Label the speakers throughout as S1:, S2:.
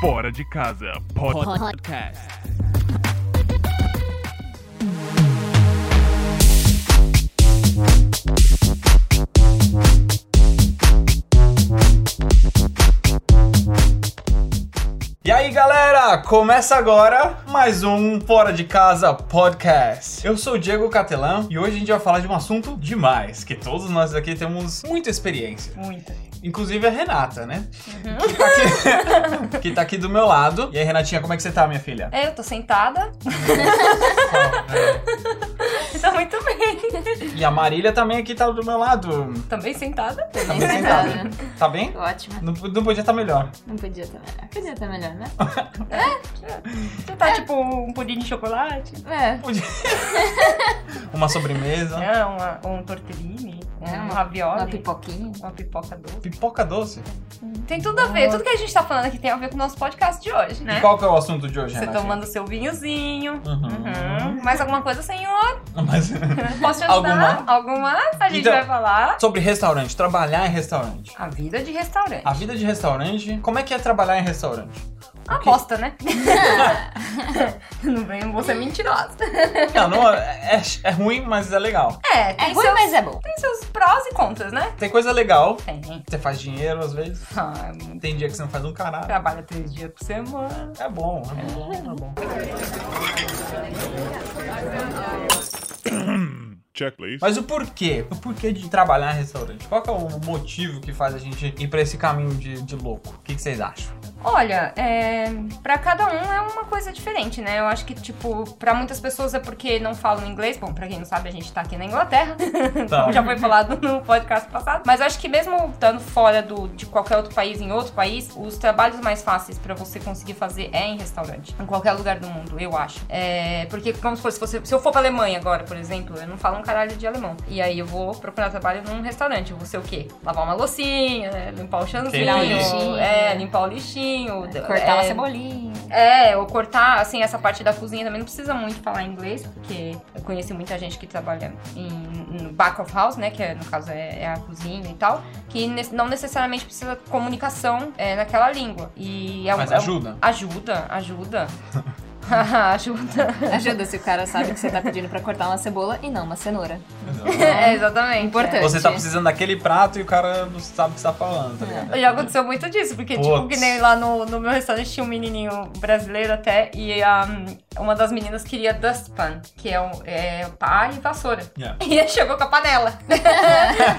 S1: Fora de Casa Pod- Podcast.
S2: E aí galera, começa agora mais um Fora de Casa Podcast. Eu sou o Diego Catelan e hoje a gente vai falar de um assunto demais, que todos nós aqui temos muita experiência.
S3: Muita.
S2: Inclusive a Renata, né?
S3: Uhum.
S2: Que, tá aqui, que tá aqui do meu lado. E aí, Renatinha, como é que você tá, minha filha?
S3: É, eu tô sentada. tá muito bem.
S2: E a Marília também aqui tá do meu lado.
S3: Também sentada.
S2: Também
S4: sentada.
S2: sentada. Tá bem?
S4: Ótima.
S2: Não, não podia estar melhor.
S4: Não podia estar melhor. Podia estar melhor, né?
S3: Ah. Você tá tipo um pudim de chocolate.
S4: É.
S2: Podia. Uma sobremesa.
S3: É, uma- um tortellini. É, um
S4: Uma
S3: ravioli.
S4: pipoquinha.
S3: Uma pipoca doce.
S2: Pipoca doce.
S3: Tem tudo a ver. Tudo que a gente tá falando aqui tem a ver com o nosso podcast de hoje,
S2: E
S3: né?
S2: qual que é o assunto de hoje,
S3: Você
S2: Renatinha?
S3: tomando seu vinhozinho.
S2: Uhum.
S3: Uhum. Mais alguma coisa, senhor?
S2: Mas...
S3: Posso te ajudar? Alguma? A gente
S2: Então-
S3: vai falar.
S2: Sobre restaurante, trabalhar em restaurante.
S3: A vida de restaurante.
S2: A vida de restaurante, como é que é trabalhar em restaurante?
S3: Uma
S2: quê?
S3: bosta, né? Não vem você é mentirosa.
S2: Não, não é, é- é ruim, mas é legal.
S3: É,
S4: É
S3: tem,
S4: ruim,
S3: seus,
S4: mas é bom.
S3: tem seus prós e contras, né?
S2: Tem coisa legal,
S3: Tem.
S2: você faz dinheiro às vezes,
S3: Ah, muito.
S2: tem dia que você não faz um caralho.
S3: Trabalha três dias por semana.
S2: É bom, é bom, é bom.
S1: Check, please.
S2: Mas o porquê? O porquê de trabalhar em restaurante? Qual que é o motivo que faz a gente ir pra esse caminho de, de louco? O que, que vocês acham?
S3: Olha, é, para cada um é uma coisa diferente, né? Eu acho que, tipo, pra muitas pessoas é porque não falam inglês. Bom, pra quem não sabe, a gente tá aqui na Inglaterra.
S2: Tá.
S3: Como Tipo, já foi falado no podcast passado. Mas eu acho que mesmo estando fora do, de qualquer outro país, em outro país, os trabalhos mais fáceis pra você conseguir fazer é em restaurante. Em qualquer lugar do mundo, eu acho. É, porque, como se fosse, você- se eu for pra Alemanha agora, por exemplo, eu não falo um caralho de alemão. E aí eu vou procurar trabalho num restaurante. Eu vou ser o quê? Lavar uma loucinha, né? limpar o chãozinho.
S2: Tirar o
S4: lixinho.
S3: É, limpar o lixinho.
S4: Cortar uma
S3: é,
S4: cebolinha.
S3: é, ou cortar, assim, essa parte da cozinha também não precisa muito falar inglês, porque eu conheci muita gente que trabalha em, no back of house, né? Que é, no caso é, é a cozinha e tal, que ne- não necessariamente precisa comunicação é, naquela língua. E é um-
S2: Mas
S3: é um-
S2: ajuda.
S3: ajuda, ajuda. ajuda.
S4: Ajuda se o cara sabe que você tá pedindo pra cortar uma cebola e não uma cenoura.
S3: É, exatamente.
S4: Importante.
S2: Você tá precisando daquele prato e o cara não sabe o que você tá falando, tá ligado?
S3: Já aconteceu muito disso, porque, tipo,
S2: Putz.
S3: que nem lá no, no meu restaurante tinha um menininho brasileiro até, e ahm, uma das meninas queria dustpan, que é, um, é pá e vassoura.
S2: Yeah.
S3: E ele chegou com a panela.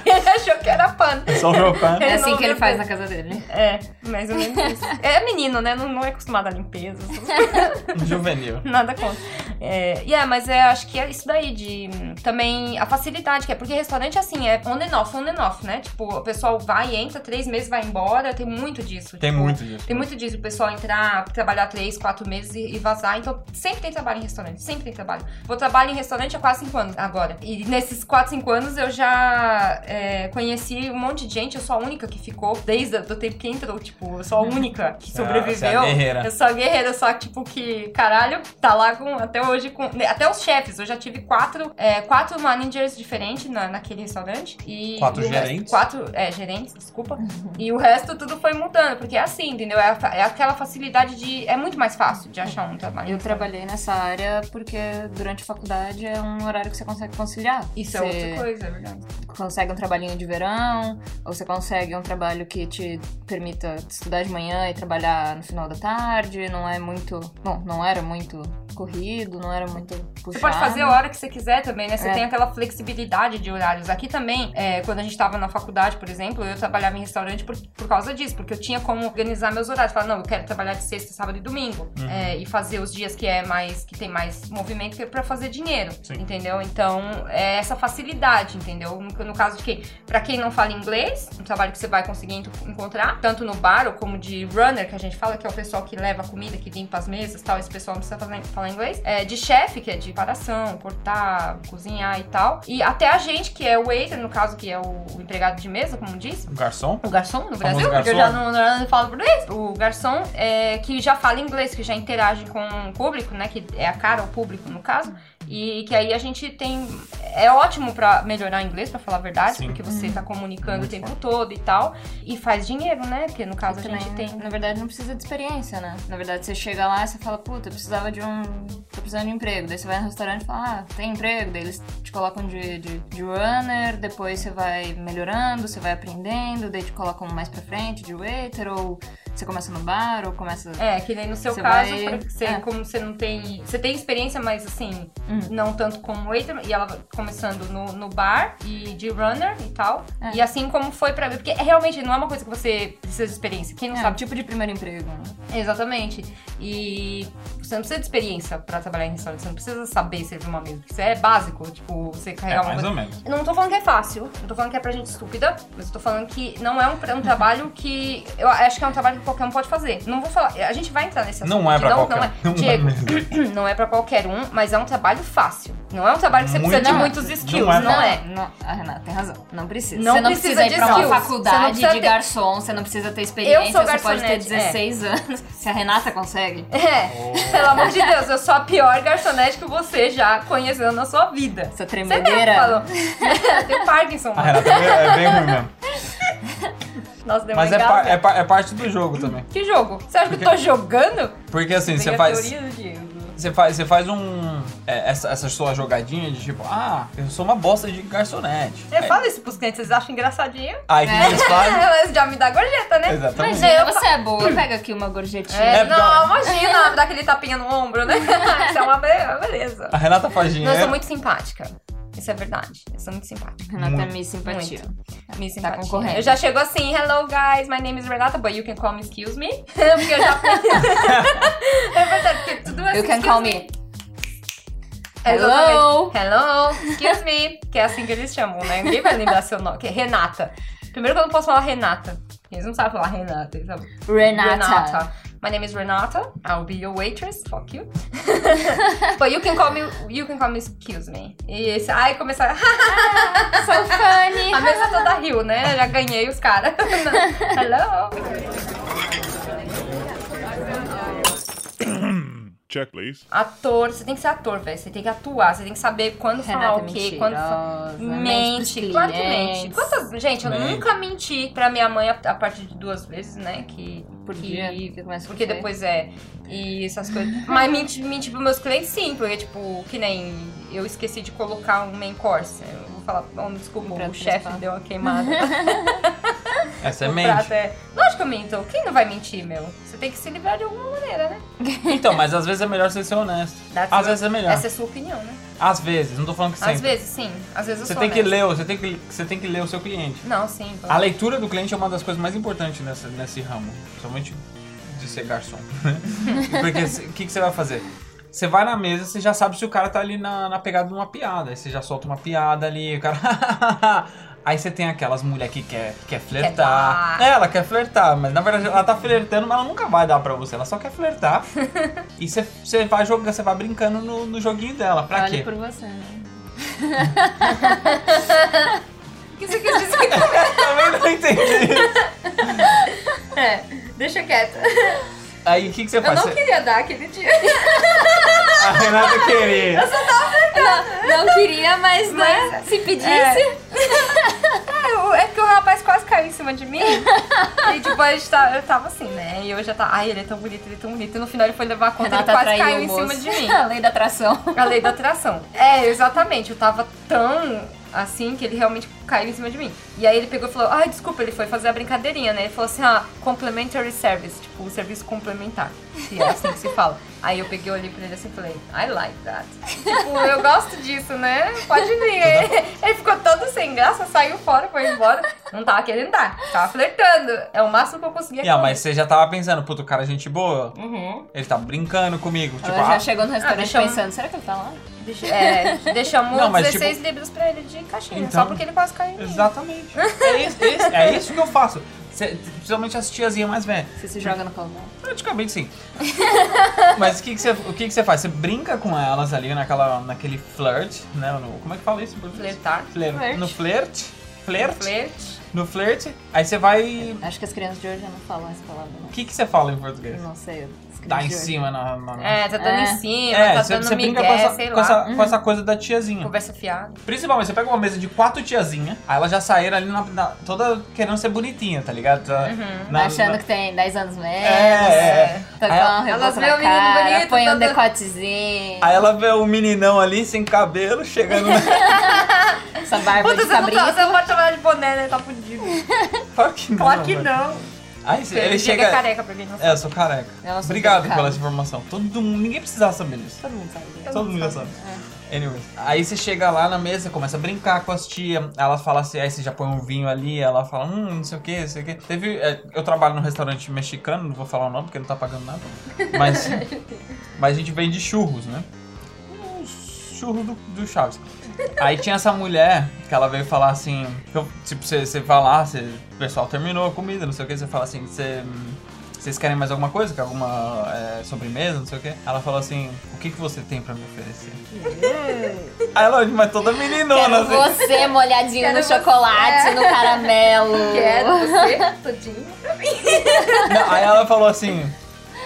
S3: ele achou que era pano.
S2: Só o meu pano.
S4: É
S3: Ele
S4: assim
S3: não
S4: que ele
S3: lembra.
S4: faz na casa dele.
S3: É, mais ou menos isso. É menino, né? Não, não é acostumado à limpeza, essas coisas,
S2: um Juvenil.
S3: nada contra. É, e é, mas é, acho que é isso daí de hum, também a facilidade que é, porque restaurante assim, é on and off, on and off, né? Tipo, o pessoal vai, entra, três meses, vai embora, tem muito disso.
S2: Tem
S3: tipo,
S2: muito disso.
S3: Tem muito disso, o pessoal entrar, trabalhar três, quatro meses e, e vazar. Então, sempre tem trabalho em restaurante, sempre tem trabalho. Vou trabalhar em restaurante há quase cinco anos agora. E nesses quatro, cinco anos eu já é, conheci um monte de gente, eu sou a única que ficou desde o tempo que entrou, tipo, eu sou a única que
S2: você é
S3: sobreviveu.
S2: a guerreira.
S3: eu sou a guerreira, eu sou a, tipo, que, caralho, tá lá com, até hoje com... né, Até os chefes, eu já tive quatro, é, quatro managers diferentes na, naquele restaurante. E,
S2: Quatro
S3: e o resto-
S2: gerentes?
S3: Quatro, é, gerentes, desculpa. E o resto tudo foi mudando, porque é assim, entendeu? É, a fa- é aquela facilidade de. É muito mais fácil de achar um trabalho.
S4: Eu trabalhei nessa área porque durante a faculdade é um horário que você consegue conciliar.
S3: Isso é
S4: você
S3: outra coisa, é verdade.
S4: consegue um trabalhinho de verão, ou você consegue um trabalho que te permita estudar de manhã e trabalhar no final da tarde, não é muito. Bom, não era muito corrido, não era muito puxado.
S3: Você pode fazer a hora que você quiser também, né? Você
S4: É.
S3: tem aquela flexibilidade de horários. Aqui também, é, quando a gente tava na faculdade, por exemplo, eu trabalhava em restaurante por, por causa disso, porque eu tinha como organizar meus horários. Falar, não, eu quero trabalhar de sexta, sábado e domingo.
S2: Uhum.
S3: É, e fazer os dias que é mais que tem mais movimento que é pra fazer dinheiro,
S2: Sim.
S3: entendeu? Então, é essa facilidade, entendeu? No, no caso de quem, pra quem não fala inglês, um trabalho que você vai conseguir en- encontrar, tanto no bar ou como de runner, que a gente fala, que é o pessoal que leva a comida, que limpa as mesas, tal, esse pessoal não precisa falar, falar inglês. É, de chefe, que é de paração, cortar, cozinhar e tal. E até a gente que é o waiter, no caso que é o, o empregado de mesa, como disse,
S2: O Um garçom?
S3: o garçom no Brasil,
S2: Famoso
S3: porque eu já
S2: garçom.
S3: não, não falo português. O garçom é, que já fala inglês, que já interage com o público, né? Que é a cara, o público, no caso. E que aí a gente tem é ótimo pra melhorar inglês, pra falar a verdade,
S2: Sim. É
S3: porque você tá comunicando
S2: Muito
S3: o tempo
S2: forte.
S3: todo e tal. E faz dinheiro, né? Porque no caso a
S4: Também, né?
S3: gente tem.
S4: Na verdade, não precisa de experiência, né? Na verdade, você chega lá e você fala, puta, eu precisava de um. tô precisando de um emprego. Daí você vai no restaurante e fala, ah, tem emprego. Daí eles te colocam de, de, de runner, depois você vai melhorando, você vai aprendendo, daí te colocam mais pra frente de waiter, ou você começa no bar, ou começa.
S3: É, que nem no seu
S4: Você
S3: caso,
S4: vai-
S3: pra você,
S4: é.
S3: como você não tem. Você tem experiência, mas assim,
S4: Hum.
S3: não tanto como waiter, e ela vai começando no, no bar e de runner e tal.
S4: É.
S3: E assim como foi pra mim. Porque realmente não é uma coisa que você precisa de experiência. Quem não
S4: É,
S3: sabe.
S4: tipo de primeiro emprego. né?
S3: Exatamente. E você não precisa de experiência pra trabalhar em restaurante, você não precisa saber servir uma mesa. Isso é básico, tipo, você
S2: É,
S3: carregar uma
S2: mais
S3: coisa.
S2: ou menos.
S3: Eu Não tô falando que é fácil, não tô falando que é pra gente estúpida, mas eu tô falando que não é um, pra- um trabalho que. Eu acho que é um trabalho que qualquer um pode fazer. Não vou falar. A gente vai entrar nesse assunto.
S2: Não é
S3: de
S2: pra qualquer um. Não
S3: Não
S2: é
S3: é. Diego,
S2: mesmo.
S3: não é pra qualquer um, mas é um trabalho fácil. Não é um trabalho que você
S2: Muito-
S3: precisa de
S4: não,
S3: muitos
S2: não
S3: skills,
S2: é
S3: não é.
S4: Não, a Renata tem razão. Não precisa.
S3: Não
S4: você não
S3: precisa
S4: precisa,
S3: de
S4: ir pra uma
S3: skills. Você não
S4: faculdade
S3: precisa
S4: de
S3: ter-
S4: garçom, você não precisa ter experiência, você pode ter
S3: garçonete, é.
S4: 16 anos. Se a Renata consegue.
S3: É,
S2: Oh.
S3: pelo amor de Deus, eu sou a pior garçonete que você já conheceu na sua vida.
S4: Essa
S3: Você mesmo
S4: tremedeira.
S3: falou. Eu tenho Parkinson,
S2: A
S3: mano.
S2: Renata é bem- é bem ruim mesmo.
S3: Nossa, deu uma
S2: Mas é,
S3: engasga.
S2: par- é par- é parte do jogo também.
S3: Que jogo? Você acha que eu tô jogando?
S2: Porque assim,
S3: Peguei
S2: você
S3: a
S2: faz.
S3: teoria do Diego.
S2: Você faz, você faz um. é, essa, essa sua jogadinha de tipo, ah, eu sou uma bosta de garçonete.
S3: É, fala isso pros clientes, vocês acham engraçadinho?
S2: Aí o que que eles fazem?
S3: Elas já me dá gorjeta, né?
S2: Exatamente.
S3: Mas eu-
S4: você é boa, pega aqui uma gorjetinha.
S3: É,
S2: É,
S3: não, imagina, me dá aquele tapinha no ombro, né? Isso é uma be- beleza.
S2: A Renata faz
S3: Não, eu
S2: dinheiro.
S3: sou muito simpática. Isso é verdade. Eu sou muito simpática.
S4: Renata é
S2: Muito.
S4: me simpatia.
S3: Me
S4: Tá
S3: simpatia.
S4: concorrendo.
S3: Eu já chego assim, hello guys, my name is Renata, but you can call me excuse me. Porque eu já É verdade, porque tudo é
S4: You
S3: assim,
S4: can
S3: excuse
S4: call
S3: me.
S4: me.
S3: Exatamente. Hello, excuse me. Que é assim que eles chamam, né? Ninguém vai lembrar seu nome. Que é Renata. Primeiro que eu não posso falar Renata. Eles não sabem falar Renata. então. Eles sabem.
S4: Renata.
S3: My name is Renata. I'll be your waitress. Fuck you. But you can call me, you can call me, excuse me. E esse, aí começar
S4: So funny.
S3: a mesa toda riu, né? Já ganhei os caras. Hello.
S1: Check, please.
S3: Ator, você tem que ser ator, velho. Você tem que atuar, você tem que saber quando falar
S4: Renata é
S3: o quê, quando falar.
S4: mentirosa.
S3: Mente,
S4: pros
S3: claro que
S4: clientes.
S3: mente. Quantas, gente, eu
S2: Mente.
S3: nunca menti pra minha mãe a, a partir de duas vezes, né? Que,
S4: Por
S3: que-
S4: dia. que começa
S3: Porque
S4: a fazer.
S3: depois é. E essas coisas. Mas menti, menti pros meus clientes sim, porque, tipo, que nem eu esqueci de colocar um main course. Eu vou falar, oh, me desculpa,
S4: Prato
S3: o chefe
S4: principal.
S3: deu uma queimada.
S2: Essa é
S3: O
S2: mente.
S3: prato é. Lógico que eu minto. Quem não vai mentir, meu? Você tem que se livrar de alguma maneira, né?
S2: Então, mas às vezes é melhor você ser honesto.
S3: That's
S2: Às
S3: your-
S2: vezes é melhor.
S3: Essa é a sua opinião, né?
S2: Às vezes, não tô falando que sempre.
S3: Às vezes, sim. Às vezes eu
S2: você
S3: sou
S2: tem que
S3: honesta.
S2: ler, o- você tem que, você tem que ler o seu cliente.
S3: Não, sim. pelo
S2: A leitura do cliente é uma das coisas mais importantes nessa, nesse ramo, principalmente de ser garçom. né? Porque se- o que, que você vai fazer? Você vai na mesa, você já sabe se o cara tá ali na, na pegada de uma piada. Aí você já solta uma piada ali, o cara. Aí você tem aquelas mulheres que quer, quer flertar.
S3: dar.
S2: É, ela quer flertar, mas na verdade ela tá flertando, mas ela nunca vai dar pra você. Ela só quer flertar. e você, você vai jogando, você vai brincando no, no joguinho dela. Pra
S4: Olha
S2: quê?
S4: por você. né?
S3: O que você quis dizer com
S2: Também não entendi.
S3: É, deixa quieto.
S2: Aí o que, que você
S3: Eu
S2: faz?
S3: não
S2: Você-
S3: queria dar aquele dia.
S2: A Renata queria.
S4: Não, não queria, mas, né? Se pedisse.
S3: É, o- é porque o rapaz quase caiu em cima de mim. E tipo, a gente tá, eu tava assim, né? E eu já tava, ai, ele é tão bonito, ele é tão bonito. E no final ele foi levar a conta,
S4: Renata
S3: ele quase
S4: atraiu
S3: caiu
S4: tá o
S3: em
S4: moço.
S3: cima de mim.
S4: A lei da atração.
S3: A lei da atração. É, exatamente. Eu tava tão assim que ele realmente caiu em cima de mim. E aí ele pegou e falou: Ai, desculpa, ele foi fazer a brincadeirinha, né? Ele falou assim: Ah, complimentary service, tipo, o serviço complementar. Que é assim que se fala. Aí eu peguei, olhei pra ele assim e falei: I like that. Tipo, eu gosto disso, né? Pode vir. Ele ficou todo sem graça, saiu fora, foi embora. Não tava querendo dar, tava flertando. É o máximo que eu conseguia.
S2: Yeah,
S3: com
S2: mas você
S3: ele.
S2: já tava pensando, puta, o cara é gente boa,
S3: Uhum.
S2: ele tá brincando comigo. Tipo,
S4: Ela já
S2: ah,
S4: chegou no restaurante
S3: deixa eu-
S4: pensando, será que ele tá lá?
S3: Deixa- é, deixamos
S2: Não, mas, tipo,
S3: 16 libras pra ele de caixinha,
S2: Então-
S3: só porque ele quase caiu em mim.
S2: exatamente. É isso, é isso- é isso que eu faço. Cê- principalmente as tiazinhas mais velhas.
S4: Você se joga no né? colo dela.
S2: Praticamente sim. Mas o que que você o que que você faz? Você brinca com elas ali naquela, naquele flirt, né? No, como é que fala isso? em português?
S3: Flertar.
S2: Flir-
S4: Flirt.
S2: No flirt? Flirt?
S3: Flerte.
S2: No flerte, aí você vai.
S4: Acho que as crianças de hoje já não falam essa palavra,
S2: O
S4: não.
S2: que, que você fala em português?
S4: Não sei. as crianças
S2: Dá Tá em
S4: de hoje.
S2: cima na. na-
S3: É, tá dando
S4: É.
S3: em cima,
S2: Hum. É,
S3: tá
S2: você,
S3: dando
S2: você brinca
S3: migué,
S2: com essa,
S3: sei
S2: com
S3: lá. Uhum.
S2: essa- com essa coisa da tiazinha.
S3: Conversa fiada.
S2: Principalmente, você pega uma mesa de quatro tiazinhas, aí elas já saíram ali na, na- toda querendo ser bonitinha, tá ligado? Tá-
S3: Uhum.
S2: na-
S4: Achando
S2: na-
S4: que tem 10 anos menos.
S2: É, é.
S4: Tá
S2: Aí-
S4: com um
S3: Elas
S4: reboco
S3: veem o
S4: na
S3: menino
S4: cara,
S3: bonito,
S4: põe
S3: tá
S4: um
S3: dando-
S4: decotezinho,
S2: Aí ela vê o meninão ali sem cabelo chegando. na-
S4: essa
S2: É,
S4: barba
S3: Puta,
S4: de
S3: você não,
S4: cabrinho.
S3: tá, você não pode chamar ela de boné, né? Tá fudido.
S2: claro que não.
S3: Claro que
S2: velho.
S3: não.
S2: Aí você- ele
S3: chega
S2: chega.
S3: careca pra quem não sabe.
S2: É, eu sou careca.
S4: Eu não sou
S2: Obrigado
S4: careca.
S2: pela essa informação. Todo mundo, ninguém precisava saber disso.
S4: Todo mundo sabe. né?
S2: Todo mundo já sabe. Anyways. Aí você chega lá na mesa, começa a brincar com as tias, ela fala assim, aí você já põe um vinho ali, ela fala, hum, não sei o que, não sei o que. Teve. é, eu trabalho num restaurante mexicano, não vou falar o nome porque não tá pagando nada. Mas. mas a gente vende churros, né? Um Churro do, do Chaves. Aí tinha essa mulher que ela veio falar assim: que eu- tipo, você, você vai lá, você, o pessoal terminou a comida, não sei o que, você fala assim, você. hum, Vocês querem mais alguma coisa? Que alguma é, sobremesa, não sei o que? Ela falou assim: O que, que você tem pra me oferecer? Aí ela, mas toda meninona,
S4: Quero
S2: assim.
S4: você molhadinho
S3: Quero
S4: no
S3: você.
S4: chocolate, no caramelo.
S3: Quero é você, todinho.
S2: Não, aí ela falou assim: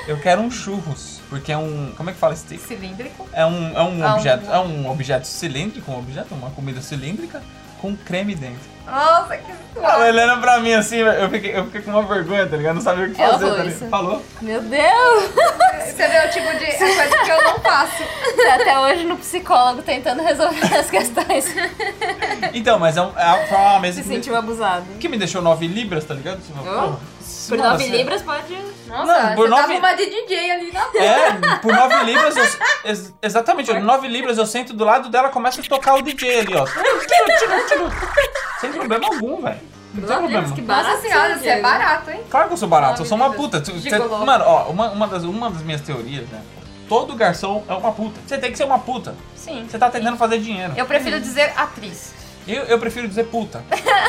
S2: Eu quero um churros, porque é um. Como é que fala stick?
S3: Cilíndrico.
S2: É um, é um
S3: É um-
S2: objeto. É um objeto cilíndrico, um objeto, uma comida cilíndrica com creme dentro.
S3: Nossa, que
S2: Ela
S3: suave.
S2: olhando pra mim assim, eu fiquei, eu fiquei com uma vergonha, tá ligado? Eu Não sabia o que
S4: Ela
S2: fazer,
S4: falou
S2: tá ligado?
S4: isso?
S2: Falou?
S4: Meu Deus!
S3: Você vê o tipo de coisa que eu não faço.
S4: Até hoje no psicólogo tentando resolver as questões.
S2: Então, mas é, um, é foi uma mesa
S4: Se
S2: que me,
S4: sentiu abusado.
S2: que me deixou 9 libras, tá ligado? Tipo,
S4: Oh.
S2: pô,
S4: Por
S2: mano,
S4: 9
S2: você-
S4: libras pode.
S3: Nossa,
S2: Não, por
S3: você tá tava
S2: nove-
S3: uma de DJ ali na
S2: É, por 9 libras, eu- ex- exatamente, 9 libras eu sento do lado dela, começa a tocar o DJ ali, ó. Sem problema algum, velho. Não tem problema.
S4: que
S3: Nossa senhora, você é barato, hein?
S2: Claro que eu sou barato, eu sou uma
S3: Nove
S2: puta. Tu-
S3: libras.
S2: cê-
S3: Gigolô.
S2: mano, ó, uma, uma das, uma das minhas teorias, né? Todo garçom é uma puta. Você tem que ser uma puta.
S3: Sim.
S2: Você tá tentando fazer dinheiro.
S3: Eu prefiro dizer atriz.
S2: Eu, eu prefiro dizer puta.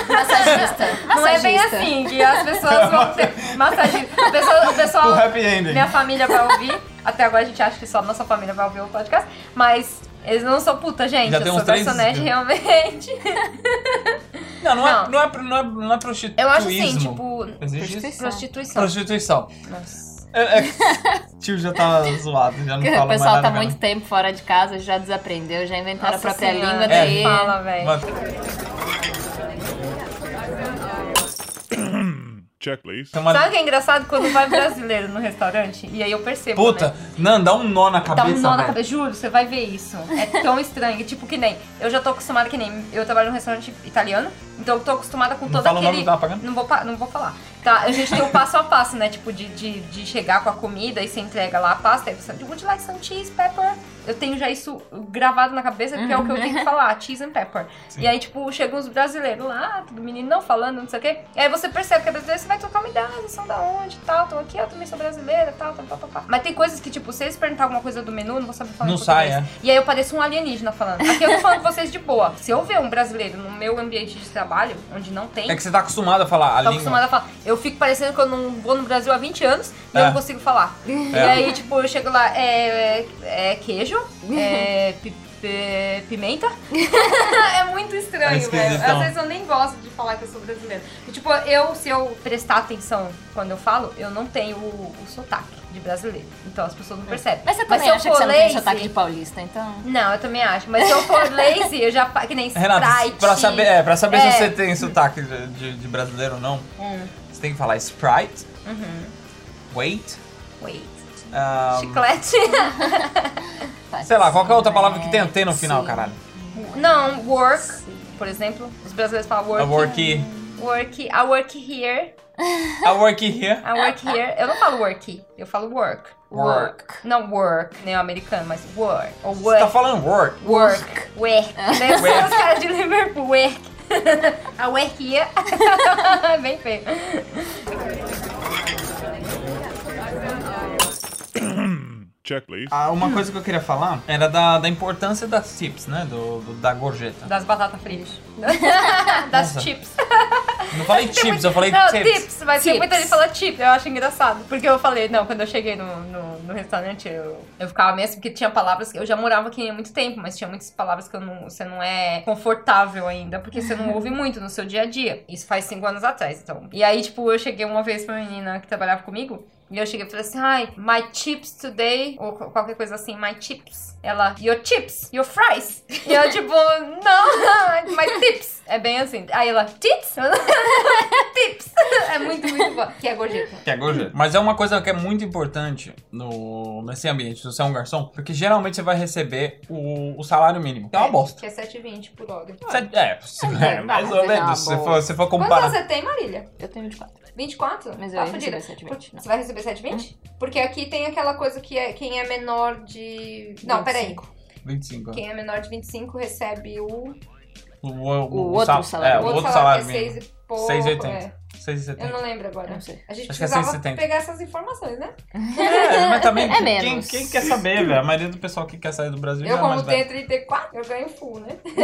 S4: Massagista.
S3: Não é bem
S4: Massagista.
S3: assim que as pessoas vão ter massagista. O pessoal, o pessoal-
S2: O happy ending.
S3: minha família vai ouvir. Até agora a gente acha que só nossa família vai ouvir o podcast, mas eles não são puta, gente.
S2: Já
S3: eu
S2: tem
S3: sou
S2: uns três-
S3: garçonete realmente.
S2: Não, não, É,
S3: Não.
S2: não, é, pro- não, é, não é prostituísmo.
S3: Eu acho assim, tipo,
S2: Existe isso?
S3: prostituição.
S2: Prostituição.
S3: Nossa.
S2: É, é- tio já tá zoado, já não
S4: Porque
S2: fala
S4: o
S2: mais
S4: pessoal
S2: nada,
S4: tá muito
S2: cara.
S4: tempo fora de casa, já desaprendeu, já inventaram
S3: Nossa
S4: a própria
S3: senhora.
S4: língua
S2: É.
S4: daí.
S3: Fala, velho.
S2: Mas
S1: Check, please.
S2: tem uma
S3: Sabe o que é engraçado quando vai brasileiro no restaurante? E aí eu percebo.
S2: puta.
S3: né?
S2: Não, dá um nó na cabeça,
S3: Dá um nó na
S2: velho.
S3: cabeça, juro, você vai ver isso. É tão estranho. Tipo, que nem. Eu já tô acostumada que nem. Eu trabalho num restaurante italiano, então eu tô acostumada com
S2: Não
S3: todo
S2: fala o nome
S3: aquele.
S2: que tá pagando?
S3: não, vou, pa- não vou falar. Tá, a gente tem o passo a passo, né? Tipo, de, de, de chegar com a comida e você entrega lá a pasta, aí você um diz, would you like some cheese, pepper? Eu tenho já isso gravado na cabeça, porque é o que eu tenho que falar, cheese and pepper.
S2: Sim.
S3: E aí, tipo, chegam os brasileiros lá, tudo menino não falando, não sei o quê. E aí você percebe que às vezes você vai trocar uma ideia, eles são da onde e tal, tô aqui, eu também sou brasileira tal, tal, tal, tal, tal. Mas tem coisas que, tipo, se eles perguntar alguma coisa do menu, eu não vou saber falar em
S2: Não
S3: português.
S2: sai, é.
S3: E aí eu pareço um alienígena falando. Aqui eu tô falando com vocês de boa. Se eu ver um brasileiro no meu ambiente de trabalho, onde não tem,
S2: É que você tá acostumado a falar a
S3: tô
S2: língua.
S3: acostumada a falar. Eu fico parecendo que eu não vou no Brasil há 20 anos e
S2: É.
S3: eu não consigo falar. E aí, tipo, eu chego lá, é, é- é queijo, é pi- pi- pimenta. é muito
S2: É
S3: estranho,
S2: esquisitão.
S3: velho. Às vezes eu nem gosto de falar que eu sou brasileira. E, tipo, eu, se eu prestar atenção quando eu falo, eu não tenho o, o sotaque de brasileiro. Então as pessoas não percebem.
S4: Mas você também
S3: se eu
S4: acha que
S3: for
S4: você não tem
S3: lazy-
S4: sotaque de paulista, então.
S3: Não, eu também acho. Mas se eu for lazy, eu já... fa- Que nem
S2: Renato,
S3: Sprite.
S2: pra saber, é, pra saber
S3: É. Hum.
S2: se você tem sotaque de, de- de brasileiro ou não, você tem que falar Sprite,
S3: Uhum.
S2: Wait,
S3: Wait.
S2: ah,
S3: Chiclete.
S4: tá
S2: sei lá, qualquer outra palavra
S4: né?
S2: que tenha T no final, caralho.
S3: Não, work, por exemplo. Os brasileiros falam work.
S2: A work,
S3: Work, I work here,
S2: a work here,
S3: I work here. Eu não falo work, eu falo work.
S2: Work.
S3: Não work, nem o americano, mas work. Ou
S2: você tá
S3: work.
S2: falando work.
S3: Work. Work. Deve ser os caras de Liverpool. Work. A work here. É Bem feio.
S1: Check, please.
S2: Ah, uma coisa que eu queria falar era da, da importância das tips, né, do, do- da gorjeta.
S3: Das batatas fritas.
S2: Nossa.
S3: Das chips.
S2: Não falei chips, eu falei
S3: Não,
S2: tips.
S3: tips, mas tem
S4: Tips.
S3: muita gente que fala tip, eu acho engraçado. Porque eu falei, não, quando eu cheguei no, no, no restaurante, eu, eu ficava mesmo, porque tinha palavras que eu já morava aqui há muito tempo, mas tinha muitas palavras que eu não, você não é confortável ainda, porque você não ouve muito no seu dia a dia. Isso faz cinco anos atrás, então. E aí, tipo, eu cheguei uma vez pra menina que trabalhava comigo, e eu cheguei e falei assim, ai, my chips today, ou qu- qualquer coisa assim, my chips. Ela, your chips, your fries. E eu, tipo, não, my tips. É bem assim. Aí ela, tits? tips. É muito, muito bom. Que é gorjeta.
S2: Que é gorjeta. Mas é uma coisa que é muito importante no, nesse ambiente, se você é um garçom, porque geralmente você vai receber o, o salário mínimo. Que é uma bosta.
S3: Que é 7,20 por hora.
S2: Você- é, você- é, mais ou
S4: Mas é uma
S2: menos. Se for,
S4: bosta.
S2: se for
S3: Quantos
S2: comparar.
S3: anos você tem, Marília?
S4: Eu tenho 24.
S3: 24?
S4: Mas eu
S3: tá
S4: ia
S3: fodida.
S4: receber 7,20, não. Hum?
S3: Você vai receber 7,20? Porque aqui tem aquela coisa que é, quem é menor de... Não, peraí.
S2: 25.
S3: Quem é menor de 25 recebe o...
S2: O,
S4: O outro
S2: sal-
S4: salário.
S2: É,
S4: O
S2: o
S3: outro
S2: outro
S3: salário
S2: salário
S3: que é
S2: mínimo.
S3: 6 e pouco.
S2: 6,80.
S3: é. Eu
S2: 6,70.
S3: não lembro agora.
S4: Não sei.
S3: A gente
S2: Acho que é
S3: precisava
S2: 6,70.
S3: pegar essas informações, né?
S2: É, mas também,
S4: É
S2: quem-
S4: menos.
S2: Quem, quer saber, velho? A maioria do pessoal que quer sair do Brasil
S3: Eu,
S2: já é mais
S3: como tenho
S2: velho.
S3: 34, eu ganho full, né?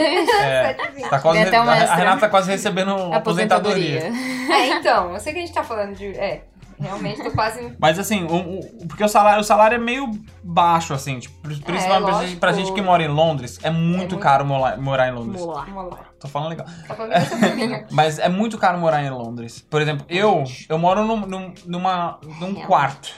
S2: É,
S3: 7,20.
S2: tá quase,
S4: Tem até uma
S2: a-
S4: extra.
S2: a Renata tá quase recebendo aposentadoria.
S3: É, então, eu sei que a gente tá falando de. É, realmente tô quase.
S2: Mas assim, o, o- porque o salário, o salário é meio baixo, assim, tipo, pri- principalmente pra, gente,
S4: É, lógico.
S2: pra gente que mora em Londres, é muito,
S3: muito-
S2: caro mola- morar em Londres.
S4: Vamos lá.
S3: Vamos lá.
S2: Tô falando legal.
S3: Tá falando dessa filhinha.
S2: Mas é muito caro morar em Londres. Por exemplo, eu, eu moro num, num- numa, num
S4: Realmente.
S2: quarto.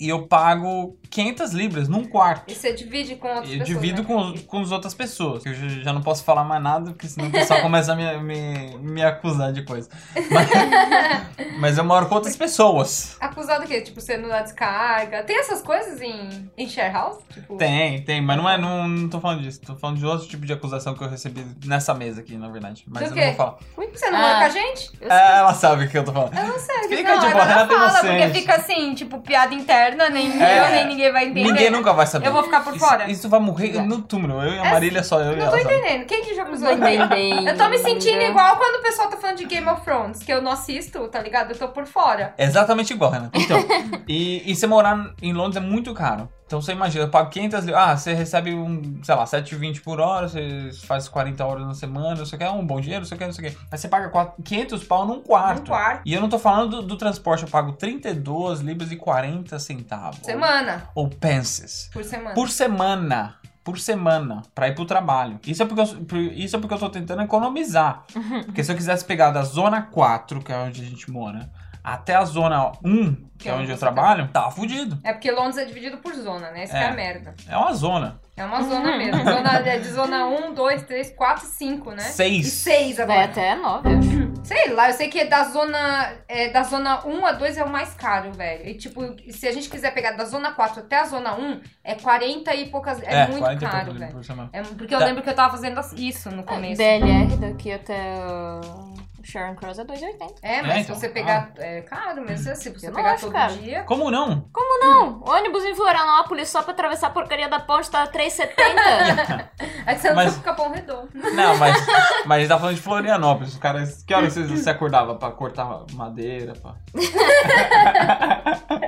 S2: E eu pago 500 libras num quarto.
S3: E você divide com outras
S2: Eu
S3: pessoas.
S2: divido
S3: né?
S2: com, os- com as outras pessoas. que Eu já- já não posso falar mais nada, porque senão o pessoal começa a me, me, me acusar de coisa. Mas, mas eu moro com outras pessoas.
S3: Acusado o quê? Tipo, você não dá descarga. Tem essas coisas em, em share house? Tipo,
S2: Tem, tem, mas não é. Não, não tô falando disso. Tô falando de outro tipo de acusação que eu recebi nessa mesa aqui, na verdade. Mas
S3: Do
S2: eu
S3: quê?
S2: não vou falar.
S3: Você não mora
S4: Ah.
S3: com a gente?
S4: Eu sei.
S2: É, Ela sabe o que eu tô falando.
S3: Eu não sei.
S2: Fica,
S3: não,
S2: tipo,
S3: ela não
S2: Renata
S3: fala,
S2: Inocente.
S3: porque fica assim, tipo, piada interna, nem
S2: É.
S3: eu, nem ninguém vai entender.
S2: Ninguém nunca vai saber.
S3: Eu vou ficar por
S2: Isso-
S3: fora. É assim.
S2: Isso, é vai morrer no túmulo. Eu e a Marília só eu e
S3: Não tô
S2: ela. sabe?
S3: entendendo. Quem que já acusou ninguém?
S4: Eu
S3: Eu tô me sentindo igual quando o pessoal tá falando de Game of Thrones, que eu não assisto, tá ligado? Eu tô por fora.
S2: É Exatamente igual, Renan. Então, e, e você morar em Londres é muito caro. Então você imagina, eu pago 500 libras. Ah, você recebe, um, sei lá, 7,20 por hora, você faz 40 horas na semana, não sei o que, é um bom dinheiro, não sei o que, não sei o que. Aí você paga quatro- 500 pau num quarto.
S3: Num Um quarto.
S2: E eu não tô falando do, do transporte, eu pago 32 libras e 40 centavos.
S3: Semana.
S2: Ou pences.
S3: Por semana.
S2: Por semana. Por semana, pra ir pro trabalho. Isso é porque eu, por- isso é porque eu tô tentando economizar. Porque se eu quisesse pegar da zona 4, que é onde a gente mora, até a zona 1, que,
S3: Que é
S2: é onde
S3: onde
S2: eu
S3: você
S2: trabalho, tá fudido.
S3: É porque Londres é dividido por zona, né? Isso que é
S2: É.
S3: a merda.
S2: É uma zona.
S3: É uma zona mesmo. Zona, é de zona 1, 2, 3, 4 e 5, né? E
S2: 6.
S3: 6
S4: Vai
S3: agora.
S4: É até 9, eu acho.
S3: Sei lá, eu sei que é da zona, é, da zona 1 a 2 é o mais caro, velho. E tipo, se a gente quiser pegar da zona 4 até a zona 1, é 40 e poucas. É, muito caro,
S2: libras
S3: velho.
S2: por semana.
S3: É, porque eu
S2: Tá.
S3: lembro que eu tava fazendo as- isso no
S4: É
S3: começo.
S4: DLR daqui até o Sharon Cross é 2,80.
S3: É, mas
S2: É,
S3: se
S2: então,
S3: você pegar. É caro mesmo, se você
S4: Eu não
S3: pegar
S4: acho
S3: todo
S4: caro.
S3: dia.
S2: Como não?
S4: Não, ônibus em Florianópolis só pra atravessar a porcaria da ponte tá 3,70.
S3: Aí você não
S2: Mas-
S3: fica pão redondo.
S2: Não, mas, mas a gente tá falando de Florianópolis. Os caras. Que hora vocês se acordava pra cortar madeira? Pra...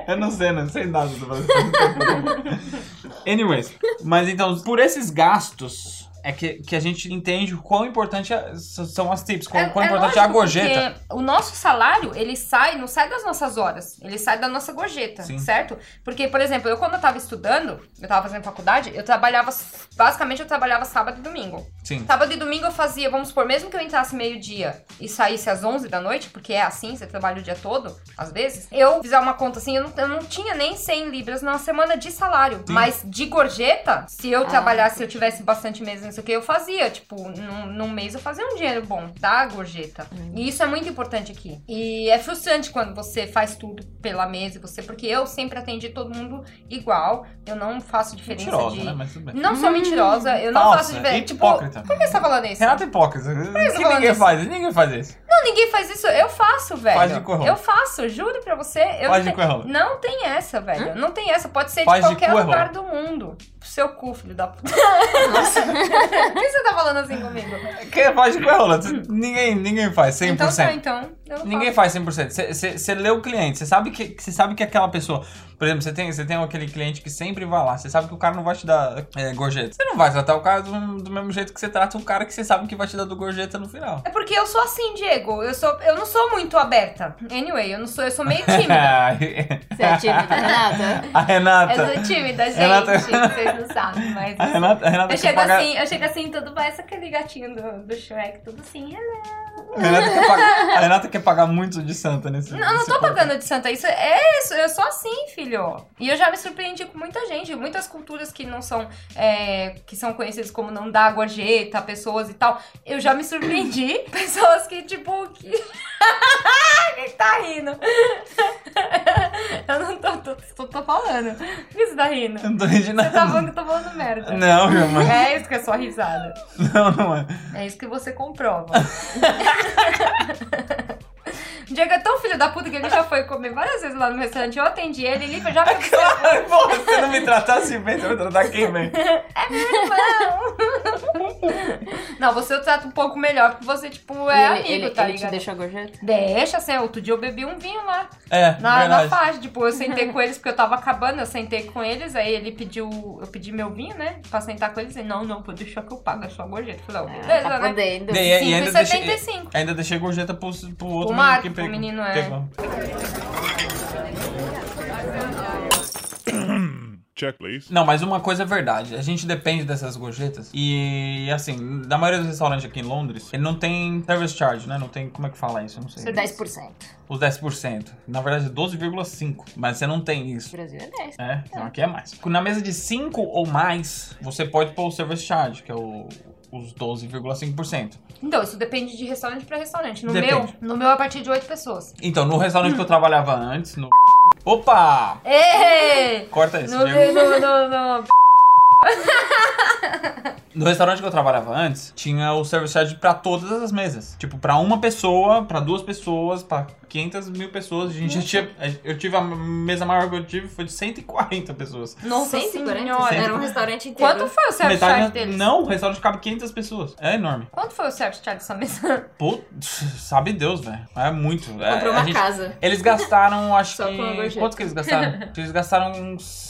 S2: eu não sei, não sei nada do Brasil. Anyways, mas então, por esses gastos. É que, que a gente entende o quão importante é- são as tips, quão, quão importante é a
S3: lógico,
S2: gorjeta.
S3: porque tá O nosso salário, ele sai, não sai das nossas horas, ele sai da nossa gorjeta,
S2: Sim.
S3: certo? Porque, por exemplo, eu quando eu tava estudando, eu tava fazendo faculdade, eu trabalhava, basicamente eu trabalhava sábado e domingo.
S2: Sim.
S3: Sábado e domingo eu fazia, vamos supor, mesmo que eu entrasse meio-dia e saísse às 11 da noite, porque é assim, você trabalha o dia todo, às vezes, eu fizer uma conta assim, eu não, eu não tinha nem 100 libras na semana de salário.
S2: Sim.
S3: Mas de gorjeta, se eu
S4: Ah.
S3: trabalhasse, se eu tivesse bastante meses, não sei o que, eu fazia. Tipo, num, num mês eu fazia um dinheiro bom da gorjeta. E isso é muito importante aqui. E é frustrante quando você faz tudo pela mesa, e você, porque eu sempre atendi todo mundo igual, eu não faço diferença
S2: Mentirosa,
S3: de.
S2: né? Mas tudo bem.
S3: Não sou mentirosa, eu não faço
S2: Falsa,
S3: diferença. Tipo, por
S2: hipócrita.
S3: que você tá falando isso?
S2: Renata é hipócrita.
S3: eu tô
S2: Que
S3: tá falando
S2: ninguém
S3: isso.
S2: faz, ninguém faz isso.
S3: Não, ninguém faz isso. Eu faço, velho.
S2: Faz de corrão.
S3: Eu faço, juro pra você. Eu
S2: Faz de
S3: não,
S2: corrão.
S3: tem... não tem essa, velho. Não tem essa. Pode ser
S2: Faz
S3: de
S2: de
S3: qualquer
S2: corrão.
S3: lugar do mundo. Seu cu, filho da puta. Por que você tá falando assim comigo?
S2: Quem faz de coerrola? Ninguém, ninguém faz, 100%.
S3: Hum. Então tá, então. Eu não
S2: Ninguém
S3: faço.
S2: faz 100%. Você lê o cliente, você sabe que você sabe que aquela pessoa, por exemplo, você tem, você tem aquele cliente que sempre vai lá, você sabe que o cara não vai te dar é, gorjeta. Você não vai tratar o cara do, do mesmo jeito que você trata um cara que você sabe que vai te dar do gorjeta no final.
S3: É porque eu sou assim, Diego. Eu, sou, eu não sou muito aberta. Anyway, eu não sou, eu sou meio tímida.
S4: Você é tímida, Renata?
S2: a Renata.
S3: eu sou tímida, gente.
S2: Renata-
S3: Vocês não sabem, mas.
S2: A Renata, a Renata quer
S3: Eu chego
S2: pagar,
S3: assim, eu chego assim, tudo mais, aquele gatinho do, do Shrek, tudo assim. hello.
S2: a Renata quer pagar. A Renata quer pagar muito de santa nesse
S3: Não, eu não
S2: nesse
S3: tô
S2: ponto.
S3: pagando de santa, isso é isso, eu sou assim, filho. E eu já me surpreendi com muita gente, muitas culturas que não são, é, que são conhecidas como não dar gorjeta, pessoas e tal. Eu já me surpreendi, pessoas que, tipo, que... Quem tá rindo? eu não tô, tô, tô, tô falando. Por que você tá rindo?
S2: Eu não tô rindo de
S3: Você tá
S2: nada.
S3: falando que eu tô falando merda.
S2: Não, meu mãe.
S3: É isso que é sua risada.
S2: Não, não é.
S3: É isso que você comprova. Diego é tão filho da puta que ele já foi comer várias vezes lá no restaurante. Eu atendi ele, ele já me "Ah,
S2: Ai, porra, se você não me tratasse bem, você vai tratar quem bem?
S3: Não, você eu trato um pouco melhor, porque você, tipo, é
S4: E ele,
S3: amigo,
S4: ele,
S3: tá
S4: ele te
S3: ligado?
S4: deixou a gorjeta?
S3: Deixa, assim, outro dia eu bebi um vinho lá,
S2: É,
S3: na, na
S2: verdade.
S3: faixa. Tipo, eu sentei com eles, porque eu tava acabando, eu sentei com eles, aí ele pediu, eu pedi meu vinho, né, pra sentar com eles, e não, não, vou deixar que eu pago, é só gorjeta. Eu Falei, ó, beleza,
S4: tá
S3: né?
S4: podendo.
S2: Bem, E ainda deixei-
S3: 5,75.
S2: Ainda deixei gorjeta pro, pro outro menino
S3: Marco,
S2: que
S3: pro
S2: pegou.
S3: menino, é.
S2: pegou.
S1: Check, please.
S2: Não, mas uma coisa é verdade. A gente depende dessas gorjetas. E, assim, na maioria dos restaurantes aqui em Londres, ele não tem service charge, né? Não tem. Como é que fala isso? Eu não sei.
S4: 10%.
S2: Os 10%. Na verdade, 12,5%. Mas você não tem
S4: O
S2: isso.
S4: Brasil é 10.
S2: É, então aqui é mais. Na mesa de 5 ou mais, você pode pôr o service charge, que é o, os 12,5%.
S3: Então, isso depende de restaurante pra restaurante. No
S2: Depende.
S3: meu, no meu é a partir de oito pessoas.
S2: Então, no restaurante que eu trabalhava antes, no. Opa!
S3: Ei!
S2: Corta isso,
S3: No,
S2: Diego.
S3: no, no, no.
S2: No restaurante que eu trabalhava antes, tinha o service charge pra todas as mesas. Tipo, pra uma pessoa, pra duas pessoas, pra 500 mil pessoas. A gente já tinha... Eu tive a mesa maior que eu tive, foi de 140 pessoas.
S3: Nossa
S4: 140?
S3: senhora.
S4: Era um restaurante inteiro.
S3: Quanto foi o self
S2: Metade-
S3: charge deles?
S2: Não, o restaurante cabe 500 pessoas. É enorme.
S3: Quanto foi o self charge dessa mesa?
S2: Pô, sabe Deus, velho. É muito. É,
S4: Comprou
S2: a
S4: uma
S2: gente-
S4: casa.
S2: Eles gastaram, acho
S4: Só
S2: que...
S4: com a gorjeta.
S2: Quanto que eles gastaram? eles gastaram uns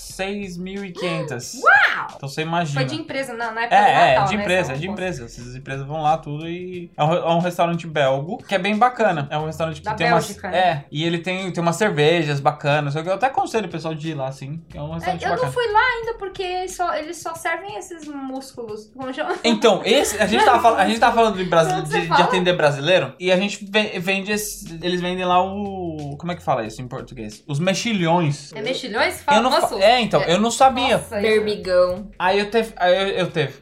S2: 6.500.
S3: Uau!
S2: Então você imagina.
S3: Foi de empresa, na, na época do
S2: É, é,
S3: Natal,
S2: de
S3: né?
S2: empresa,
S3: Então,
S2: é de
S3: pô,
S2: empresa. Essas empresas vão lá tudo e. É um, é um restaurante belgo, que é bem bacana. É um restaurante que
S3: Da
S2: tem
S3: Bélgica,
S2: umas.
S3: né?
S2: É, e ele tem, tem umas cervejas bacanas. só que Eu até aconselho o pessoal de ir lá, assim. que É um
S3: É,
S2: restaurante
S3: eu
S2: bacana.
S3: não fui lá ainda porque só, eles só servem esses músculos. Como chama?
S2: Então, esse, a, gente tava, fal- a gente tava falando de, brasile-
S3: Quando você
S2: de- de
S3: fala?
S2: atender brasileiro e a gente ve- vende. esse- eles vendem lá o. Como é que fala isso em português? Os mexilhões.
S3: É mexilhões?
S2: Eu
S3: Fala,
S2: não fa-
S3: nossa.
S2: é, então, eu não sabia.
S3: Nossa, isso-
S4: Berbigão.
S2: Aí eu teve. Aí eu, eu teve.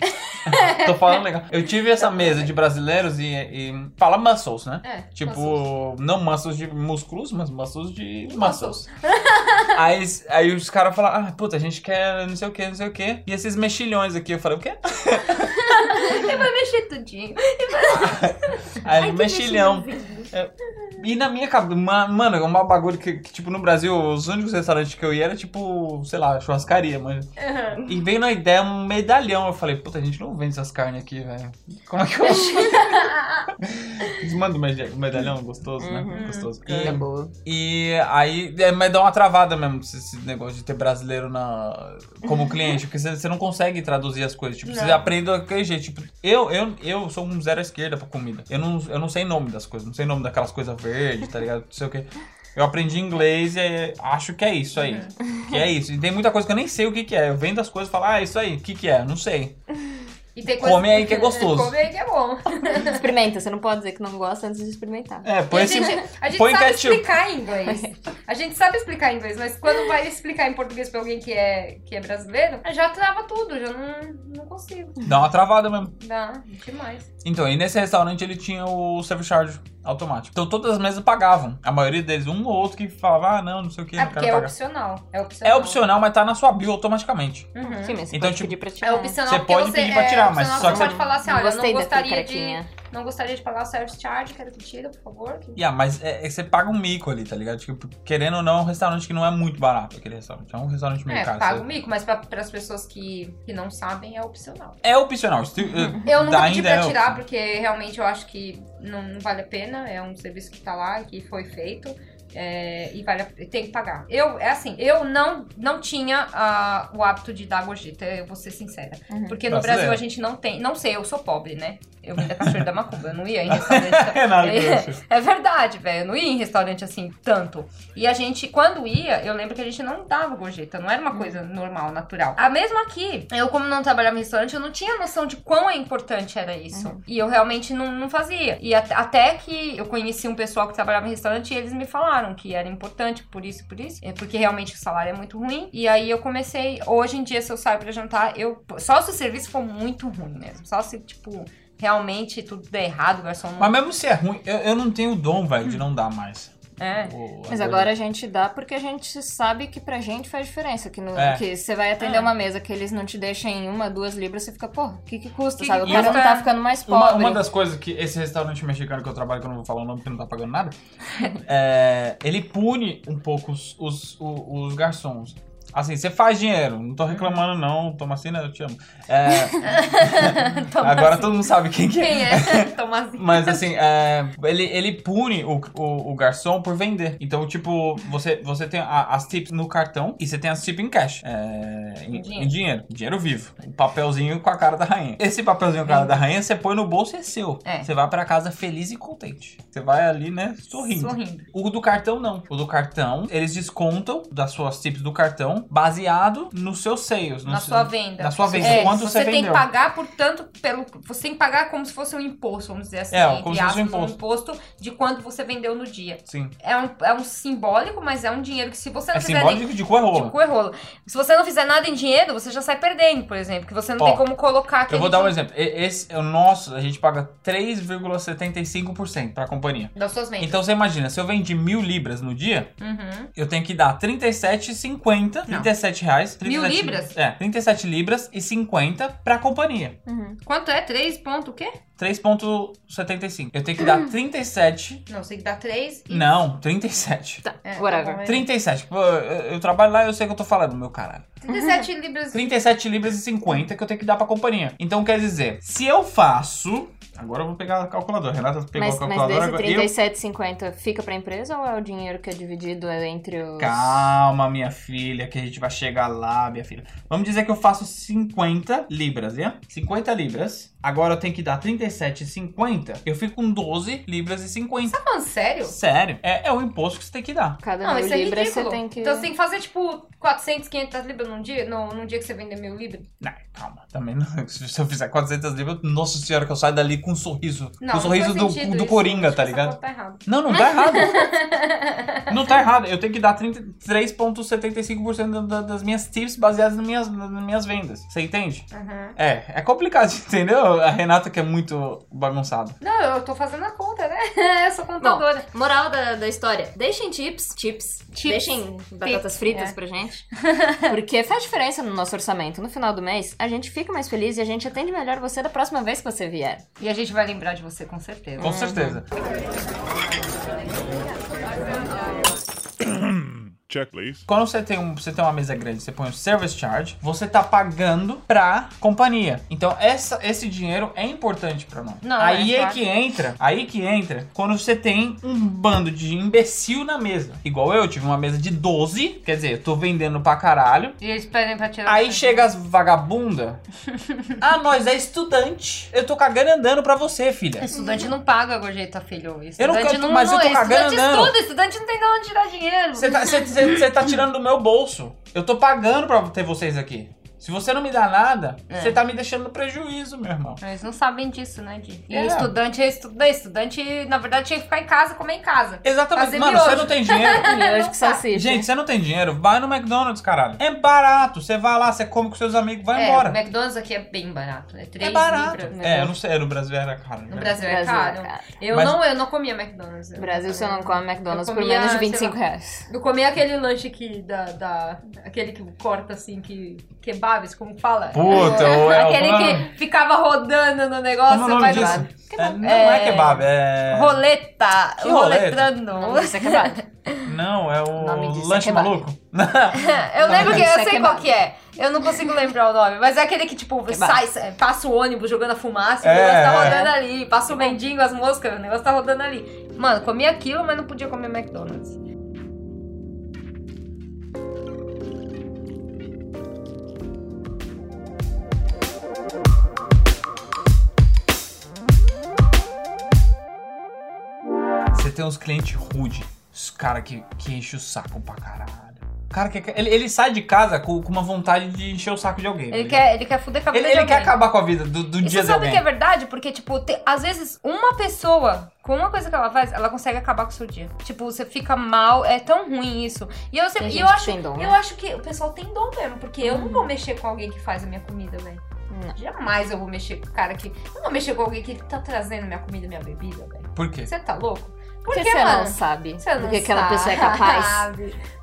S2: Tô falando legal. Eu tive essa mesa de brasileiros e, e fala muscles, né?
S3: É,
S2: Tipo,
S3: nossa.
S2: não muscles de músculos, mas muscles de muscles. aí, aí os caras falaram, ah, puta, a gente quer não sei o que, não sei o que. E esses mexilhões aqui, eu falei, o quê?
S3: Ele vai mexer tudinho.
S2: Aí,
S4: Ai, que
S2: mexilhão. É, E na minha cabeça, mano, é uma bagulho que, que, tipo, no Brasil, os únicos restaurantes que eu ia era, tipo, sei lá, churrascaria, mas...
S3: Uhum.
S2: E veio na ideia um medalhão. Eu falei, puta, a gente não vende essas carnes aqui, velho. Como é que eu acho? Eles mandam um meda- medalhão gostoso, né?
S4: Uhum.
S2: Gostoso. E,
S4: É boa.
S2: e aí, é, mas dá uma travada mesmo esse, esse negócio de ter brasileiro na, como cliente, porque você você não consegue traduzir as coisas. Tipo, você
S3: Não.
S2: aprende daquele jeito. Tipo, eu, eu, eu sou um zero à esquerda pra comida. Eu não, eu não sei nome das coisas, não sei nome daquelas coisas verdes, tá ligado? Não sei o quê. Eu aprendi inglês e é, acho que é isso aí. Que é isso. E tem muita coisa que eu nem sei o que, que é. Eu vendo as coisas e falo, ah, isso aí, o que, que é? Não sei.
S3: E tem
S2: Come aí que é gostoso.
S3: Come aí que é bom.
S4: Experimenta, você não pode dizer que não gosta antes de experimentar.
S2: É, põe
S3: a
S2: esse.
S3: gente, a gente
S2: põe
S3: sabe
S2: ketchup.
S3: explicar em inglês. A gente sabe explicar em inglês, mas quando vai explicar em português pra alguém que é, que é brasileiro, já trava tudo, já não, não consigo.
S2: Dá uma travada mesmo.
S3: Dá demais.
S2: Então, e nesse restaurante ele tinha o service charge automático. Então todas as mesas pagavam. A maioria deles, um ou outro que falava, ah, não, não sei o que,
S3: é
S2: não
S3: porque
S2: quero
S3: é
S2: pagar.
S3: opcional. É opcional.
S2: É opcional, mas tá na sua bill automaticamente.
S3: Uhum.
S4: Sim, mas você
S2: Então,
S4: pode
S2: tipo,
S4: pedir pra tirar.
S3: É opcional
S2: Você
S3: porque
S2: pode
S3: você
S2: pedir pra
S3: é
S2: tirar, mas
S3: opcional,
S2: só que
S3: você
S2: você-
S3: pode falar assim,
S4: Não
S3: olha, eu
S4: gostei
S3: não
S4: daquele
S3: gostaria de...
S4: carequinha.
S3: Não gostaria de pagar o service charge, quero que tira, por favor. Que-
S2: Yeah, mas é, é que você paga um mico ali, tá ligado? Tipo, querendo ou não, é um restaurante que não é muito barato, aquele restaurante. É um restaurante meio
S3: É,
S2: caro.
S3: paga o
S2: você-
S3: mico, mas para as pessoas que, que não sabem é opcional.
S2: É opcional. se-
S3: Eu nunca
S2: dá
S3: pedi
S2: ainda
S3: pra
S2: é
S3: tirar, porque realmente eu acho que não, não vale a pena. É um serviço que tá lá, que foi feito. é, e vale a, tem que pagar. Eu, é assim, eu não, não tinha ah, o hábito de dar gorjeta, eu vou ser sincera.
S4: Uhum.
S3: Porque no
S2: Brasileiro.
S3: Brasil a gente não tem. Não sei, eu sou pobre, né? Eu vim da Cachoeira da Macumba, eu não ia em restaurante.
S2: É nada que eu acho.
S3: É verdade, velho. Eu não ia em restaurante assim tanto. E a gente, quando ia, eu lembro que a gente não dava gorjeta. Não era uma coisa normal, natural. A mesmo aqui, eu, como não trabalhava em restaurante, eu não tinha noção de quão é importante era isso. E eu realmente não, não fazia. E at- até que eu conheci um pessoal que trabalhava em restaurante e eles me falaram que era importante por isso, por isso. É Porque realmente o salário é muito ruim. E aí eu comecei. Hoje em dia, se eu saio pra jantar, eu. Só se o serviço for muito ruim mesmo. Só se, tipo. Realmente tudo der errado, o garçom não.
S2: Mas mesmo se é ruim, eu, eu não tenho o dom, velho, de não dar mais.
S3: É.
S2: O-
S4: Mas agora a gente dá porque a gente sabe que pra gente faz diferença. Que, no,
S2: É.
S4: que você vai atender
S3: É.
S4: uma mesa que eles não te deixam em uma, duas libras, você fica, porra, o que que custa,
S3: Que
S4: sabe?
S3: que
S4: o cara não
S3: custa?
S4: tá ficando mais
S2: Uma,
S4: pobre.
S2: uma das coisas que esse restaurante mexicano que eu trabalho, que eu não vou falar o nome porque não tá pagando nada, é, ele pune um pouco os, os, o- os garçons. Assim, você faz dinheiro, não tô reclamando não, Tomacina, eu te amo. É, agora todo mundo sabe quem que é.
S3: Quem é? Tomazinho.
S2: Mas assim, é, ele, ele pune o, o, o garçom por vender. Então, tipo, você, você tem a- as tips no cartão e você tem as tips em cash. É, em,
S3: Em dinheiro.
S2: em dinheiro. Dinheiro vivo. Um papelzinho com a cara da rainha. Esse papelzinho com a cara da rainha, você põe no bolso e é seu.
S3: É.
S2: Você vai pra casa feliz e contente. Você vai ali, né, sorrindo.
S3: Sorrindo.
S2: O do cartão não. O do cartão, eles descontam das suas tips do cartão baseado nos seus seios.
S3: Na sua venda.
S2: Na sua venda.
S3: É,
S2: Quanto
S3: você
S2: você
S3: tem que
S2: vendeu.
S3: pagar, portanto, pelo. Você tem que pagar como se fosse um imposto, vamos dizer assim.
S2: É,
S3: entre
S2: como se fosse um
S3: aspas, imposto de quanto você vendeu no dia.
S2: Sim.
S3: É um, é um simbólico, mas é um dinheiro que se você não
S2: É
S3: fizer
S2: simbólico de cor
S3: nem, de cu é rolo. Se você não fizer nada em dinheiro, você já sai perdendo, por exemplo. Que você
S2: Ó,
S3: não tem como colocar aquele
S2: Eu vou dar um
S3: dinheiro
S2: exemplo. E- Esse, o nosso, a gente paga 3,75% pra companhia.
S3: das suas vendas.
S2: Então você imagina, se eu vendi mil libras no dia,
S3: Uhum.
S2: eu tenho que dar 37,50, 37 reais. 37,
S3: Mil libras?
S2: É, 37 libras e 50 pra companhia.
S4: Uhum.
S3: Quanto é? 3 ponto o quê?
S2: 3,75. Eu tenho que
S3: Hum.
S2: dar 37.
S3: Não, sei que dá 3 e.
S2: Não, 37.
S4: Tá,
S3: É, tá
S4: whatever.
S3: bom, é.
S2: 37. Pô, eu, eu trabalho lá, eu sei o que eu tô falando, meu caralho.
S3: 37 libras.
S2: 37 libras e 50 que eu tenho que dar pra companhia. Então quer dizer, se eu faço. Agora eu vou pegar a calculadora. Renata pegou
S4: mas,
S2: a
S4: mas
S2: calculadora
S4: desse
S2: agora. Eu
S4: 37,50 fica pra empresa ou é o dinheiro que é dividido entre os.
S2: Calma, minha filha, que a gente vai chegar lá, minha filha. Vamos dizer que eu faço 50 libras, né? 50 libras. Agora eu tenho que dar 37,50. Eu fico com 12 libras e 50.
S3: Tá falando sério?
S2: Sério. É, é o imposto que você tem que dar.
S4: Cada
S3: Não,
S4: mil
S3: isso é
S4: libras você
S3: ridículo.
S4: tem que.
S3: Então você tem que fazer, tipo, 400, 500 libras num dia, no, num dia que você vender mil libras.
S2: Não, calma. Também não. Se eu fizer 400 libras, nossa senhora, que eu saio dali com um sorriso.
S3: Não,
S2: com o sorriso
S3: não
S2: do,
S3: faz sentido
S2: do
S3: isso.
S2: Coringa,
S3: Acho
S2: tá
S3: que essa
S2: ligado?
S3: conta Tá errado.
S2: Não, não tá errado. Não tá errado. Eu tenho que dar 33,75% da- da- das minhas tips baseadas nas minhas, nas minhas vendas. Você entende?
S3: Aham.
S2: É, é complicado, entendeu? A Renata que é muito bagunçada.
S3: Não, eu tô fazendo a conta, né? Eu sou contadora.
S4: Moral da, da história: deixem chips, chips, deixem batatas fritas
S3: é.
S4: pra gente. Porque faz diferença no nosso orçamento. No final do mês, a gente fica mais feliz e a gente atende melhor você da próxima vez que você vier.
S3: E a gente vai lembrar de você, com certeza.
S2: Com certeza.
S1: Check, please.
S2: Quando você tem, um, você tem uma mesa grande, você põe o service charge, você tá pagando pra companhia. Então, essa, esse dinheiro é importante pra nós.
S3: Não,
S2: aí
S3: é,
S2: é,
S3: claro.
S2: que entra, aí que entra quando você tem um bando de imbecil na mesa. Igual eu, tive uma mesa de 12, quer dizer, eu tô vendendo pra caralho.
S3: E eles pedem pra tirar.
S2: Aí
S3: você.
S2: chega as vagabunda. ah, nós é estudante. Eu tô cagando e andando pra você, filha.
S3: Estudante não paga a gorjeta, filho. Estudante
S2: quero-
S3: não,
S2: mas eu tô
S3: não,
S2: cagando
S3: Estudante
S2: andando.
S3: estuda, estudante não tem de onde tirar dinheiro.
S2: Você tá, cê- cê- cê tá tirando do meu bolso. Eu tô pagando pra ter vocês aqui. Se você não me dá nada,
S3: É.
S2: você tá me deixando no prejuízo, meu irmão.
S3: Eles não sabem disso, né, Di? E
S2: É.
S3: estudante é estudante. Estudante, na verdade, tinha que ficar em casa, comer em casa.
S2: Exatamente.
S3: Fazer
S2: Mano,
S3: miojo.
S2: você não tem dinheiro.
S3: É,
S4: E hoje que salsicha.
S2: Gente, você não tem dinheiro, vai no McDonald's, caralho. É barato. Você vai lá, você come com seus amigos, vai
S3: é,
S2: embora.
S3: o McDonald's aqui é bem barato. É 3
S2: É barato.
S3: libras.
S2: É, eu não sei, no Brasil era caro.
S3: No
S2: né?
S3: Brasil é
S4: Brasil é
S3: caro.
S4: caro.
S3: Eu,
S2: Mas-
S3: não, eu não comia McDonald's. eu-
S4: Brasil, você não come McDonald's
S3: É. Eu
S4: por
S3: comia,
S4: menos de
S3: sei
S4: 25
S3: lá.
S4: reais.
S3: Eu comia aquele lanche que da, da- aquele que corta assim, que. kebab, Fáveis, como fala?
S2: Puta,
S3: É,
S2: o- é,
S3: Aquele
S2: mano.
S3: que ficava rodando no negócio.
S2: Como é o nome
S3: vai-
S2: disso? É, não é kebab, é.
S3: Roleta, um
S2: Que
S3: roletrando.
S4: O nome disso é kebab.
S2: Não, é o
S4: nome disso é
S2: lanche
S4: kebab.
S2: maluco.
S4: Não,
S3: eu lembro que
S4: isso
S3: eu
S4: é
S3: sei
S4: kebab.
S3: qual que é. Eu não consigo lembrar o nome, mas é aquele que, tipo,
S4: Kebab.
S3: sai, sai- passa o ônibus jogando a fumaça,
S2: É,
S3: o negócio tá
S2: é.
S3: rodando ali. Passa o mendigo, as moscas, o negócio tá rodando ali. Mano, comia aquilo, mas não podia comer McDonald's.
S2: Você tem uns clientes rude, os cara que, que enche o saco pra caralho. O cara que ele, ele sai de casa com, com uma vontade de encher o saco de alguém. tá
S3: Ele
S2: ligado?
S3: quer, ele quer fuder com a vida
S2: ele,
S3: de
S2: ele quer
S3: alguém.
S2: acabar com a vida do, do
S3: E
S2: Um dia de
S3: você sabe
S2: alguém.
S3: que é verdade? Porque, tipo, te- às vezes uma pessoa, com uma coisa que ela faz, ela consegue acabar com o seu dia. Tipo, você fica mal, é tão ruim isso. E eu,
S4: Tem
S3: sempre, e
S4: gente
S3: eu
S4: que
S3: acho.
S4: tem dom, né? Uhum.
S3: Eu acho que o pessoal tem dom mesmo, porque eu não vou mexer com alguém que faz a minha comida, velho.
S4: Não.
S3: Jamais eu vou mexer com o cara que. Eu não vou mexer com alguém que tá trazendo minha comida, minha bebida, velho.
S2: Por quê?
S3: Você tá louco? Por
S4: Porque
S3: que,
S4: você não
S3: mano?
S4: sabe
S3: Você não
S4: do que aquela
S3: sabe.
S4: pessoa é capaz.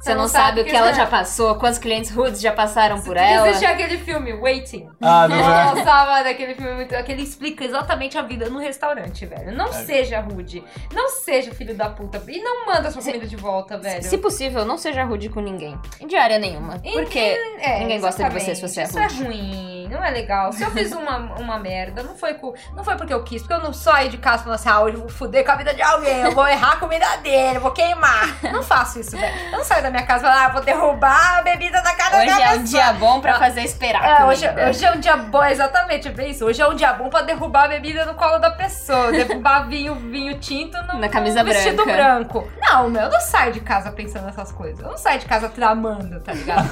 S4: Você não sabe o que ela já passou, quantos clientes rudes já passaram por ela.
S3: é. Existe aquele filme, Waiting.
S2: Ah, não é?
S3: Nossa, mano, aquele filme muito. Aquele explica exatamente a vida no restaurante, velho.
S4: É.
S3: Não seja rude. Não seja filho da puta. E não manda sua
S4: Se-
S3: comida de volta, velho.
S4: Se possível, não seja rude com ninguém. De área nenhuma.
S3: E-
S4: Porque
S3: É,
S4: ninguém gosta de você
S3: exatamente.
S4: se você é
S3: Isso
S4: rude.
S3: é ruim, não é legal. Se eu fiz uma, uma merda, não foi, cu- não foi porque eu quis, porque eu não saí de casa falando assim, ah, hoje eu vou fuder com a vida de alguém, eu vou errar a comida dele, eu vou queimar. Não faço isso, velho. Eu não saio da minha casa e falo, ah, eu vou derrubar a bebida da cara da
S4: hoje é um
S3: pessoa.
S4: dia bom pra fazer esperar.
S3: É,
S4: a
S3: hoje,
S4: comida.
S3: hoje é um dia bom, exatamente, é bem isso. Hoje é um dia bom pra derrubar a bebida no colo da pessoa, derrubar vinho, vinho tinto no,
S4: Na camisa
S3: no vestido
S4: branca.
S3: branco. Não, meu, eu não saio de casa pensando nessas coisas. Eu não saio de casa tramando, tá ligado?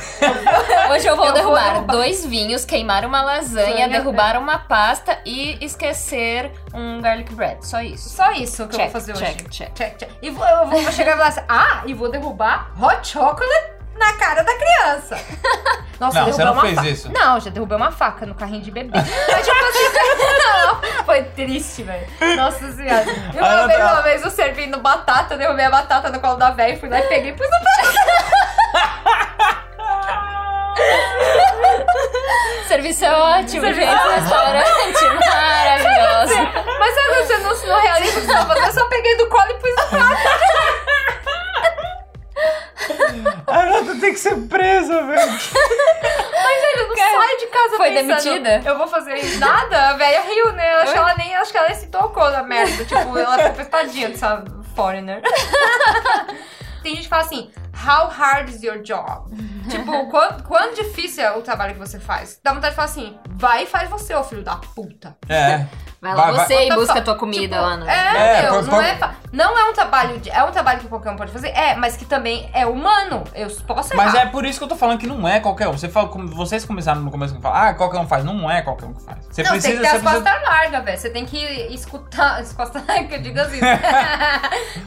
S4: Hoje eu vou
S3: Eu vou
S4: derrubar
S3: derrubar.
S4: dois vinhos, queimar uma lasanha,
S3: Lasanha, é.
S4: derrubar uma pasta e esquecer um garlic bread. Só isso.
S3: Só isso é que eu
S4: check,
S3: vou fazer
S4: check,
S3: hoje.
S4: check.
S3: Check, check. E vou, eu vou, vou chegar e falar assim, ah, e vou derrubar hot chocolate na cara da criança. Nossa,
S2: Não,
S3: eu derrubei
S2: você não
S3: uma
S2: fez
S3: faca.
S2: isso.
S3: Não, já derrubei uma faca no carrinho de bebê. Mas tipo assim, não, foi triste, velho. Nossa senhora. E
S2: Ah,
S3: uma
S2: não,
S3: vez,
S2: tá.
S3: uma vez eu servindo batata, derrubei a batata no colo da velha, fui lá e peguei e pus no
S4: Serviço é ótimo,
S3: Serviço-
S4: gente. Restaurante é maravilhoso.
S3: Mas sabe quando você não, não realiza o que você tá fazendo? Eu só peguei do colo e pus no prato.
S2: A Renata tem que ser presa, velho.
S3: Eu não saio de casa
S4: Foi
S3: pensando,
S4: demitida?
S3: Eu vou fazer isso. Nada, a velha riu, né? Eu Acho que ela nem, acho que ela nem se tocou na merda. Tipo, ela ficou pestadinha dessa foreigner. Tem gente que fala assim, how hard is your job? tipo, quão, quão difícil é o trabalho que você faz? Dá vontade de falar assim, vai e faz você, ô filho da puta.
S2: É.
S4: Vai lá
S2: Vai, vai.
S4: você e
S3: Tá
S4: busca
S3: fa-
S4: a tua comida
S3: Tipo,
S4: lá no...
S3: É,
S2: É,
S3: meu,
S2: por-
S3: não,
S2: por-
S3: é fa- não é um trabalho, de- é um trabalho que qualquer um pode fazer, é, mas que também é humano. Eu posso errar.
S2: Mas é por isso que eu tô falando que não é qualquer um. Você fala, como vocês começaram no começo que falar, ah, qualquer um faz. Não é qualquer um que faz. Você
S3: não,
S2: precisa.
S3: tem que ter
S2: você
S3: as
S2: precisa...
S3: costas largas, velho. Você tem que escutar. As costas largas, que eu digo assim.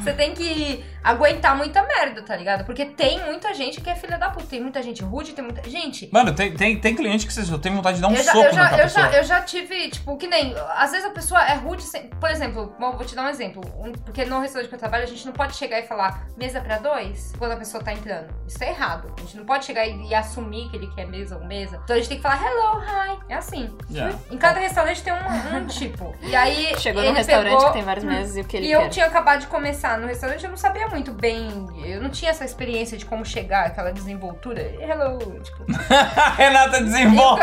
S3: você tem que aguentar muita merda, tá ligado? Porque tem muita gente que é filha da puta. Tem muita gente rude, tem muita. Gente.
S2: Mano, tem, tem, tem cliente que você só tem vontade de dar um
S3: eu já,
S2: soco
S3: eu, já,
S2: naquela
S3: eu, já,
S2: pessoa.
S3: eu já tive, tipo, que nem. Às vezes a pessoa é rude. sem- Por exemplo, vou vou te dar um exemplo. Um- Porque no restaurante que eu trabalho, a gente não pode chegar e falar mesa pra dois quando a pessoa tá entrando. Isso é errado. A gente não pode chegar e, e assumir que ele quer mesa ou mesa. Então a gente tem que falar hello, hi. É assim.
S2: Yeah.
S3: Em cada restaurante tem um, um tipo. E aí.
S4: Chegou
S3: ele
S4: num restaurante
S3: pegou-
S4: que tem vários meses e o que ele
S3: E eu
S4: quer.
S3: tinha acabado de começar no restaurante, eu não sabia muito bem. Eu não tinha essa experiência de como chegar, aquela desenvoltura. Hello, tipo.
S2: A Renata desenvolve.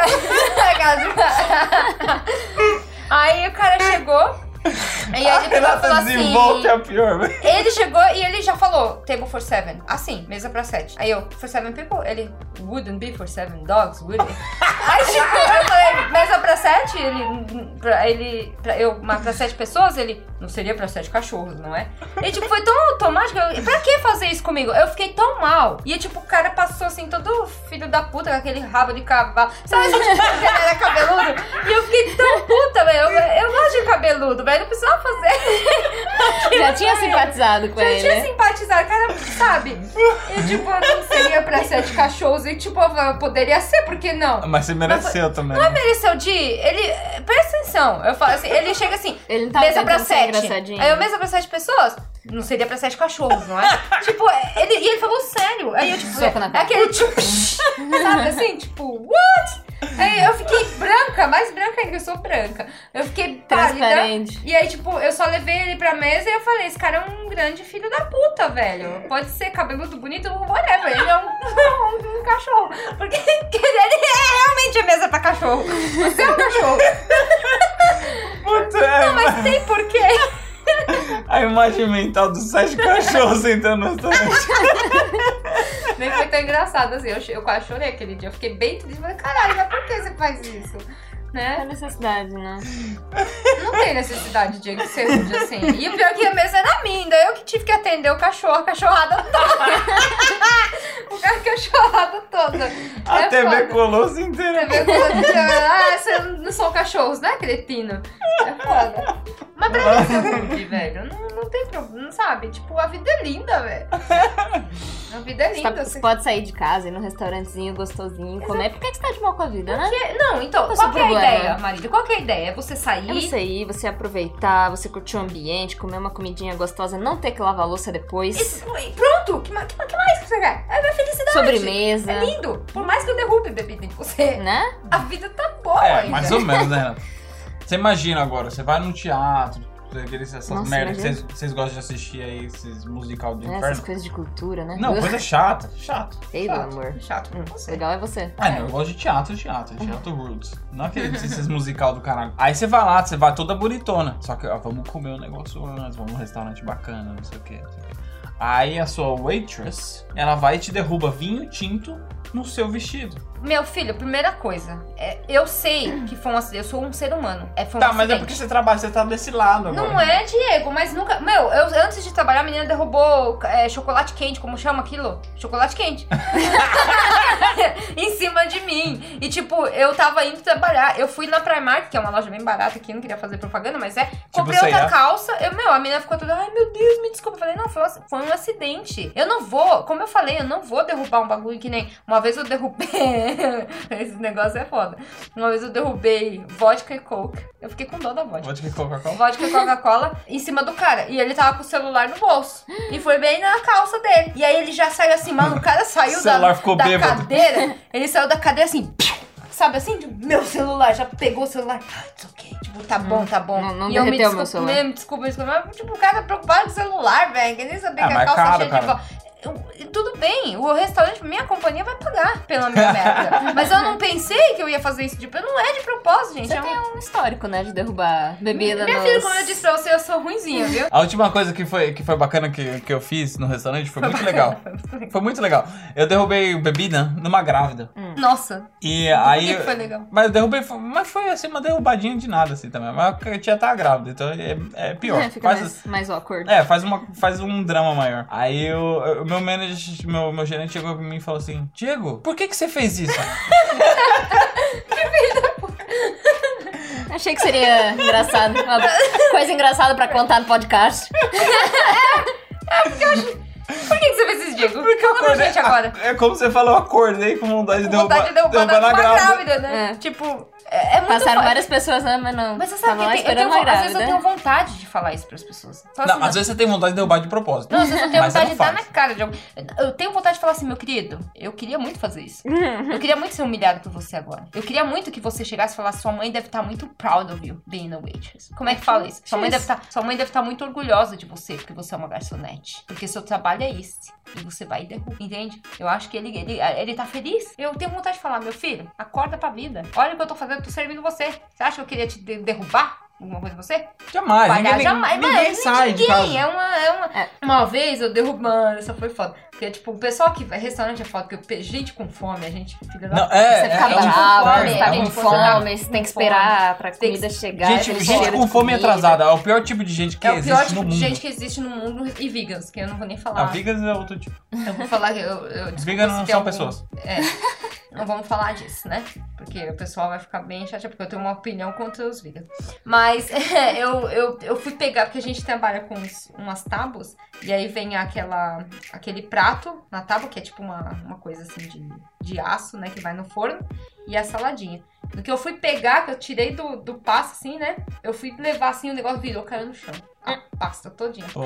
S3: aí o cara chegou. E aí
S2: A
S3: ele pegou e falou
S2: Renata desenvolve
S3: assim.
S2: a pior, velho.
S3: Ele chegou e ele já falou, table for seven. Assim, mesa pra sete. Aí eu, for seven people? Ele, wouldn't be for seven dogs, would it? Aí tipo, eu falei, mesa pra sete? Ele, "Hum, pra, ele pra, eu, mas pra sete pessoas? Ele, não seria pra sete cachorros, não é? E tipo, foi tão automático, eu, pra que fazer isso comigo? Eu fiquei tão mal. E tipo, o cara passou assim, todo filho da puta, com aquele rabo de cavalo. Sabe esse tipo de era cabeludo? E eu fiquei tão puta, velho. Eu, eu gosto de cabeludo, velho, não precisava fazer.
S4: Já tinha simpatizado com
S3: Já
S4: ele,
S3: tinha
S4: né?
S3: simpatizado, cara, sabe? E tipo, não seria pra sete cachorros. E tipo, eu falava, poderia ser, por que não? é
S2: Mas você mereceu também. né?
S3: Mereceu de. Ele. Presta atenção. Eu falo assim, ele chega assim,
S4: Ele não tava
S3: mesa pra
S4: tentando ser
S3: sete.
S4: engraçadinho.
S3: Aí eu, mesa pra sete pessoas? Não seria pra sete cachorros, não é? tipo, ele, e ele falou sério. Aí eu, tipo,
S4: Soco na
S3: é
S4: cara.
S3: aquele tipo. sabe assim, tipo, what? Aí eu fiquei branca, mais branca ainda, eu sou branca. Eu fiquei pálida.
S4: Transparente.
S3: E aí, tipo, eu só levei ele pra mesa e eu falei, esse cara é um grande filho da puta, velho. Pode ser cabeludo, bonito, whatever. Ele é um, um cachorro. Porque ele é realmente a mesa pra cachorro. Você é um cachorro.
S2: Puta, é,
S3: Mas tem porquê.
S2: a imagem mental dos sete cachorros entrando no restaurante.
S3: Nem foi tão engraçado assim. Eu, che- eu quase chorei aquele dia. Eu fiquei bem triste. Falei, caralho, mas por que você faz isso? Né?
S4: É a necessidade, né?
S3: Não tem necessidade de ser rude assim. E o pior que a mesa era minha, ainda eu que tive que atender o cachorro, a cachorrada toda. a cachorrada toda.
S2: A
S3: é
S2: TV
S3: foda.
S2: Colosso
S4: É
S2: inteira.
S3: TV Colosso. Ah, vocês não são cachorros, né, cretino? É foda. Mas pra mim ser rude, velho. Não, não tem problema, não sabe? Tipo, a vida é linda, velho. A vida é
S4: Você,
S3: linda.
S4: tá-
S3: você-
S4: você pode sair de casa, ir num restaurantezinho gostosinho, comer. Por que que você tá de mal com a vida, né?
S3: Que- Não, então,
S4: Qual
S3: qual
S4: o
S3: que é a
S4: problema?
S3: ideia, Marília? Qual que é a ideia? É você sair...
S4: É você ir, você aproveitar, você curtir o ambiente, comer uma comidinha gostosa, não ter que lavar a louça depois,
S3: Isso, pronto! Que, ma- que, ma- que mais que você quer? É a felicidade.
S4: sobremesa,
S3: É lindo. Por mais que eu derrube bebida em você,
S4: né?
S3: a vida tá boa
S2: É,
S3: ainda.
S2: mais ou menos, né, Renato? Você imagina agora, você vai no teatro, aqueles, essas
S4: Nossa,
S2: merdas que
S4: imagina.
S2: vocês, vocês gostam de assistir aí, esses musical do
S4: Né, Essas
S2: inferno.
S4: coisas de cultura, né?
S2: Não, coisa é chata, chato.
S4: Ei, meu amor.
S3: Chato pra
S4: Hum,
S3: você.
S4: legal é você.
S2: Ah, não, eu gosto de teatro, teatro, teatro roots. Não é aquele esses musical do caralho. Aí você vai lá, você vai toda bonitona. Só que, ó, vamos comer um negócio antes, vamos num restaurante bacana, não sei o que, não sei o quê. Aí a sua waitress, ela vai e te derruba vinho tinto no seu vestido.
S3: Meu filho, primeira coisa. é, eu sei que foi um acidente. Eu sou um ser humano. É, foi um
S2: Tá, mas é
S3: acidente.
S2: porque você trabalha, você tá desse lado agora.
S3: Não é, Diego, mas nunca. Meu, eu, antes de trabalhar, a menina derrubou é, chocolate quente, como chama aquilo? Chocolate quente. em cima de mim. E tipo, eu tava indo trabalhar. Eu fui na Primark, que é uma loja bem barata aqui, não queria fazer propaganda, mas é. Comprei
S2: sei
S3: outra
S2: lá.
S3: calça. Eu, meu, a menina ficou toda, ai meu Deus, me desculpa. Eu falei, não, foi um, ac- foi um acidente. Eu não vou, como eu falei, eu não vou derrubar um bagulho que nem. Uma vez eu derrubei. Esse negócio é foda. Uma vez eu derrubei vodka e coke. Eu fiquei com dó da vodka
S2: Pode que Coca-Cola?
S3: vodka e Coca-Cola em cima do cara. E ele tava com o celular no bolso. E foi bem na calça dele. E aí ele já saiu assim, mano, o cara saiu
S2: O celular
S3: da,
S2: ficou
S3: da
S2: bêbado.
S3: cadeira. Ele saiu da cadeira assim, piu, sabe assim? de, Meu celular, já pegou o celular. Ah, it's okay. Tipo, tá bom, tá bom.
S4: Não- não
S3: e eu me
S4: derreteu meu
S3: desculpa,
S4: celular.
S3: me desculpa, me desculpa. Mas, tipo, o cara preocupado com o celular, velho. Que nem sabia
S2: Ah,
S3: que
S2: mas
S3: a
S2: é
S3: calça
S2: caro,
S3: cheia
S2: cara.
S3: de vo- Eu- e Tudo bem, o restaurante, minha companhia vai pagar pela minha merda. Mas eu não pensei que eu ia fazer isso. Tipo, não é de propósito, gente.
S4: Você
S3: é um-
S4: tem um histórico, né, de derrubar bebida
S3: minha
S4: nos...
S3: filha, como eu disse pra você, eu sou ruimzinha, viu?
S2: A última coisa que foi, que foi bacana que, que eu fiz no restaurante foi muito legal. Foi muito legal. Eu derrubei bebida numa grávida.
S3: Nossa,
S2: E
S3: Hum. por
S2: aí.
S3: que que foi legal?
S2: Mas eu derrubei, foi- mas foi assim, uma derrubadinha de nada, assim também. Mas a tia tá grávida, então é, é pior.
S4: É, fica
S2: Faz-
S4: mais, mais awkward.
S2: É, faz, uma, faz um drama maior. Aí eu- o meu manager, meu, meu gerente chegou pra mim e falou assim: Diego, por que, que você fez isso?
S4: Achei que seria engraçado. Uma coisa engraçada pra contar no podcast.
S3: Por que, que você fez isso, Diego? Fala pra
S2: Acordei-
S3: gente agora.
S2: a- é como você falou, eu acordei com vontade de
S3: Com
S2: derrubar,
S3: vontade de derrubar
S2: derrubar
S3: uma
S2: na grávida.
S3: grávida, né?
S4: É.
S3: Tipo, é, é muito
S4: Passaram
S3: fo-
S4: várias pessoas, né, mas não.
S3: Mas você sabe
S4: Tava
S3: que
S4: lá
S3: tem- eu tenho,
S4: esperando uma
S3: vo- às vezes
S4: grávida.
S3: eu tenho vontade de falar isso pras pessoas. Só assim,
S2: Não, às vezes você tem vontade de derrubar de propósito.
S3: não, às vezes eu tenho
S2: mas é você
S3: vontade de
S2: não
S3: dar na
S2: faz.
S3: cara de alguém. Eu tenho vontade de falar assim, meu querido, eu queria muito fazer isso.
S4: um
S3: Eu queria muito ser humilhado por você agora. Eu queria muito que você chegasse e falasse, sua mãe deve estar muito proud of you being a waitress. Como é que fala isso? Sua mãe deve estar, sua mãe deve estar muito orgulhosa de você, porque você é uma garçonete. Porque seu trabalho é esse. E você vai e derruba, entende? Eu acho que ele, ele, ele tá feliz. Eu tenho vontade de falar, meu filho, acorda pra vida. Olha o que eu tô fazendo, eu tô servindo você. Você acha que eu queria te de- derrubar? Alguma coisa em você?
S2: Jamais.
S3: Palhaço,
S2: Ah, ninguém,
S3: jamais.
S2: ninguém
S3: Mano,
S2: sai de
S3: Ninguém,
S2: casa.
S3: é uma, é uma...
S4: É.
S3: Uma vez eu derrubando, essa foi foda. Porque, tipo, o pessoal que vai restaurante é foda, porque eu pe- gente com fome, a gente filha da
S2: Não, é,
S4: Você
S2: é,
S4: fica
S2: é um
S4: brava,
S2: inferno,
S4: você tá
S2: é um
S4: com
S3: tipo,
S2: inferno.
S4: fome, você tem que esperar pra
S3: Tem que-
S4: comida chegar. aquele
S2: Gente, gente
S4: cheiro
S2: com
S4: de
S2: fome
S4: comida.
S2: atrasada. É o pior tipo de gente que
S3: é o
S2: existe
S3: pior tipo
S2: no mundo.
S3: de gente que existe no mundo e vegans, que eu não vou nem
S2: Ah,
S3: falar.
S2: veganos é outro tipo.
S3: Eu vou falar que eu. eu desculpa
S2: Veganos
S3: se
S2: não
S3: tem
S2: são
S3: algum-
S2: pessoas.
S3: É. Não vamos falar disso, né? Porque o pessoal vai ficar bem chateado, porque eu tenho uma opinião contra os veganos. Mas é, eu, eu, eu fui pegar, porque a gente trabalha com uns- umas tábuas, e aí vem aquela, aquele prato na tábua, que é tipo uma, uma coisa assim de, de aço, né? Que vai no forno, e a saladinha. No que eu fui pegar, que eu tirei do, do passo, assim, né? Eu fui levar assim, o negócio virou, caiu no chão. A pasta todinha.
S2: Pô,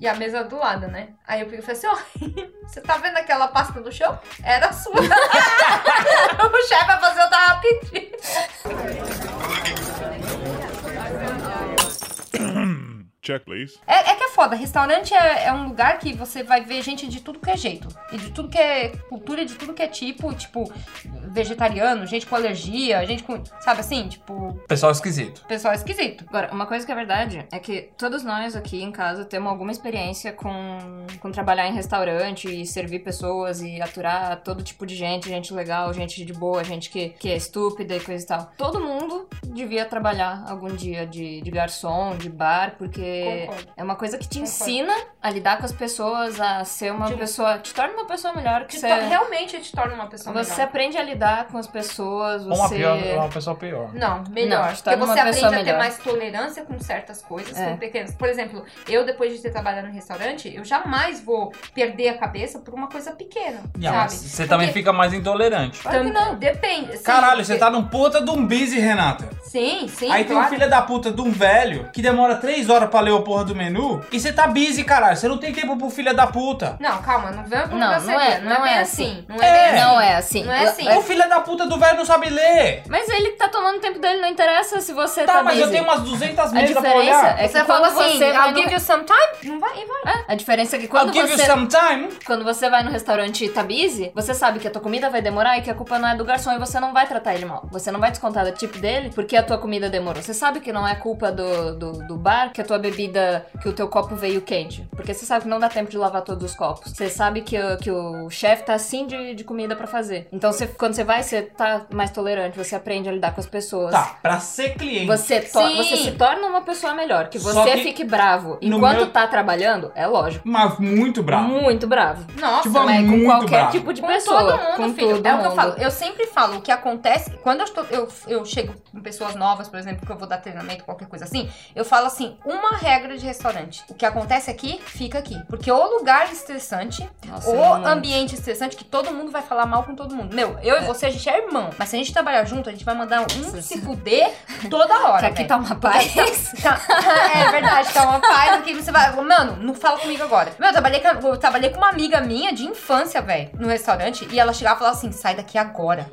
S3: e a mesa do lado, né? Aí eu peguei e falei assim, ó, você tá vendo aquela pasta no chão? Era sua. o chefe vai fazer, eu tava pedindo.
S1: Check, please.
S3: É, é que é foda, restaurante é, é um lugar que você vai ver gente de tudo que é jeito. E de tudo que é cultura, de tudo que é tipo, tipo, vegetariano, gente com alergia, gente com. Sabe assim? Tipo,
S2: Pessoal esquisito.
S3: pessoal esquisito.
S4: Agora, uma coisa que é verdade é que todos nós aqui em casa temos alguma experiência com, com trabalhar em restaurante e servir pessoas e aturar todo tipo de gente, gente legal, gente de boa, gente que, que é estúpida e coisa e tal. Todo mundo devia trabalhar algum dia de, de garçom, de bar, porque
S3: Concordo.
S4: é uma coisa que te
S3: Concordo.
S4: ensina a lidar com as pessoas, a ser uma
S3: Te-
S4: pessoa. Te torna uma pessoa melhor que
S3: Te
S4: você.
S3: to- realmente te torna uma pessoa
S4: Você
S3: melhor.
S4: aprende a lidar com as pessoas,
S2: Ou uma,
S4: você.
S2: Um é pior, ou uma pessoa pior.
S3: Não, tá melhor.
S4: Não, te
S3: porque
S4: torna uma
S3: você aprende
S4: pessoa
S3: a ter
S4: melhor.
S3: mais tolerância com certas coisas,
S4: É.
S3: com pequenas. Por exemplo, eu depois de ter trabalhado no restaurante, eu jamais vou perder a cabeça por uma coisa pequena,
S2: Não,
S3: sabe?
S2: mas você também fica mais intolerante.
S3: Claro que não, depende. Sim,
S2: Caralho, você
S3: porque-
S2: tá num puta de um busy, Renata.
S3: Sim, sim,
S2: Aí tem um
S3: claro.
S2: filho da puta de um velho que demora três horas pra ler o porra do menu e você tá busy, caralho. Você não tem tempo pro filho da puta.
S3: Não, calma, não vem
S4: Não, não é, não
S3: bem
S4: é
S3: assim.
S4: assim.
S3: Não é bem assim.
S4: Não é assim.
S3: Não é assim.
S2: O filho da puta do velho não sabe ler.
S4: Mas ele tá tomando tempo dele, não interessa se você tá,
S2: Tá, mas eu
S4: busy.
S2: tenho umas 200
S4: A
S2: mídias pra
S4: diferença
S2: olhar.
S4: é que
S3: Você
S4: quando
S3: fala assim,
S4: você vai
S3: I'll
S4: no...
S3: give you some time, não vai, e vai.
S4: É, A diferença é que
S2: I'll
S4: quando
S2: give you
S4: você...
S2: some time.
S4: quando você vai no restaurante e tá busy, você sabe que a tua comida vai demorar e que a culpa não é do garçom e você não vai tratar ele mal. Você não vai descontar do tipo dele porque a tua comida demorou. Você sabe que não é culpa do, do, do bar, que a tua bebida, que o teu copo veio quente. Porque você sabe que não dá tempo de lavar todos os copos. Você sabe que, o- que o chefe tá assim de, de comida pra fazer. Então você- quando você vai, você tá mais tolerante, você aprende a lidar com as pessoas.
S2: Tá, pra ser cliente.
S4: Você, to-
S3: Sim.
S4: você se torna uma pessoa melhor. Que
S2: Só
S4: você
S2: que
S4: fique bravo
S2: no
S4: enquanto
S2: meu-
S4: tá trabalhando, é lógico.
S2: Mas muito bravo.
S4: Muito bravo.
S3: Nossa,
S2: Tipo,
S4: Mas com
S2: muito
S4: qualquer
S2: bravo.
S4: tipo de
S3: com
S4: pessoa.
S3: todo mundo,
S4: com
S3: filho.
S4: todo
S3: é o
S4: mundo.
S3: que eu falo. Eu sempre falo o que acontece. Quando eu, estou, eu, eu chego com pessoas novas, por exemplo, que eu vou dar treinamento, qualquer coisa assim, eu falo assim: uma regra de restaurante. O que acontece aqui, fica aqui. Porque o lugar é estressante,
S4: Nossa, é
S3: o
S4: eu amo.
S3: ambiente é estressante, que todo mundo vai falar mal com todo mundo. Meu, eu e você, a gente é irmão. Mas se a gente trabalhar junto, a gente vai mandar um
S4: Nossa.
S3: se fuder toda hora. né?
S4: Que aqui
S3: velho.
S4: tá uma paz.
S3: Tá. É verdade, tá uma paz que você vai. Mano, não fala comigo agora. Meu, eu trabalhei com, eu trabalhei com uma amiga minha de infância, velho, no restaurante, e ela chegava e falava assim: sai daqui agora.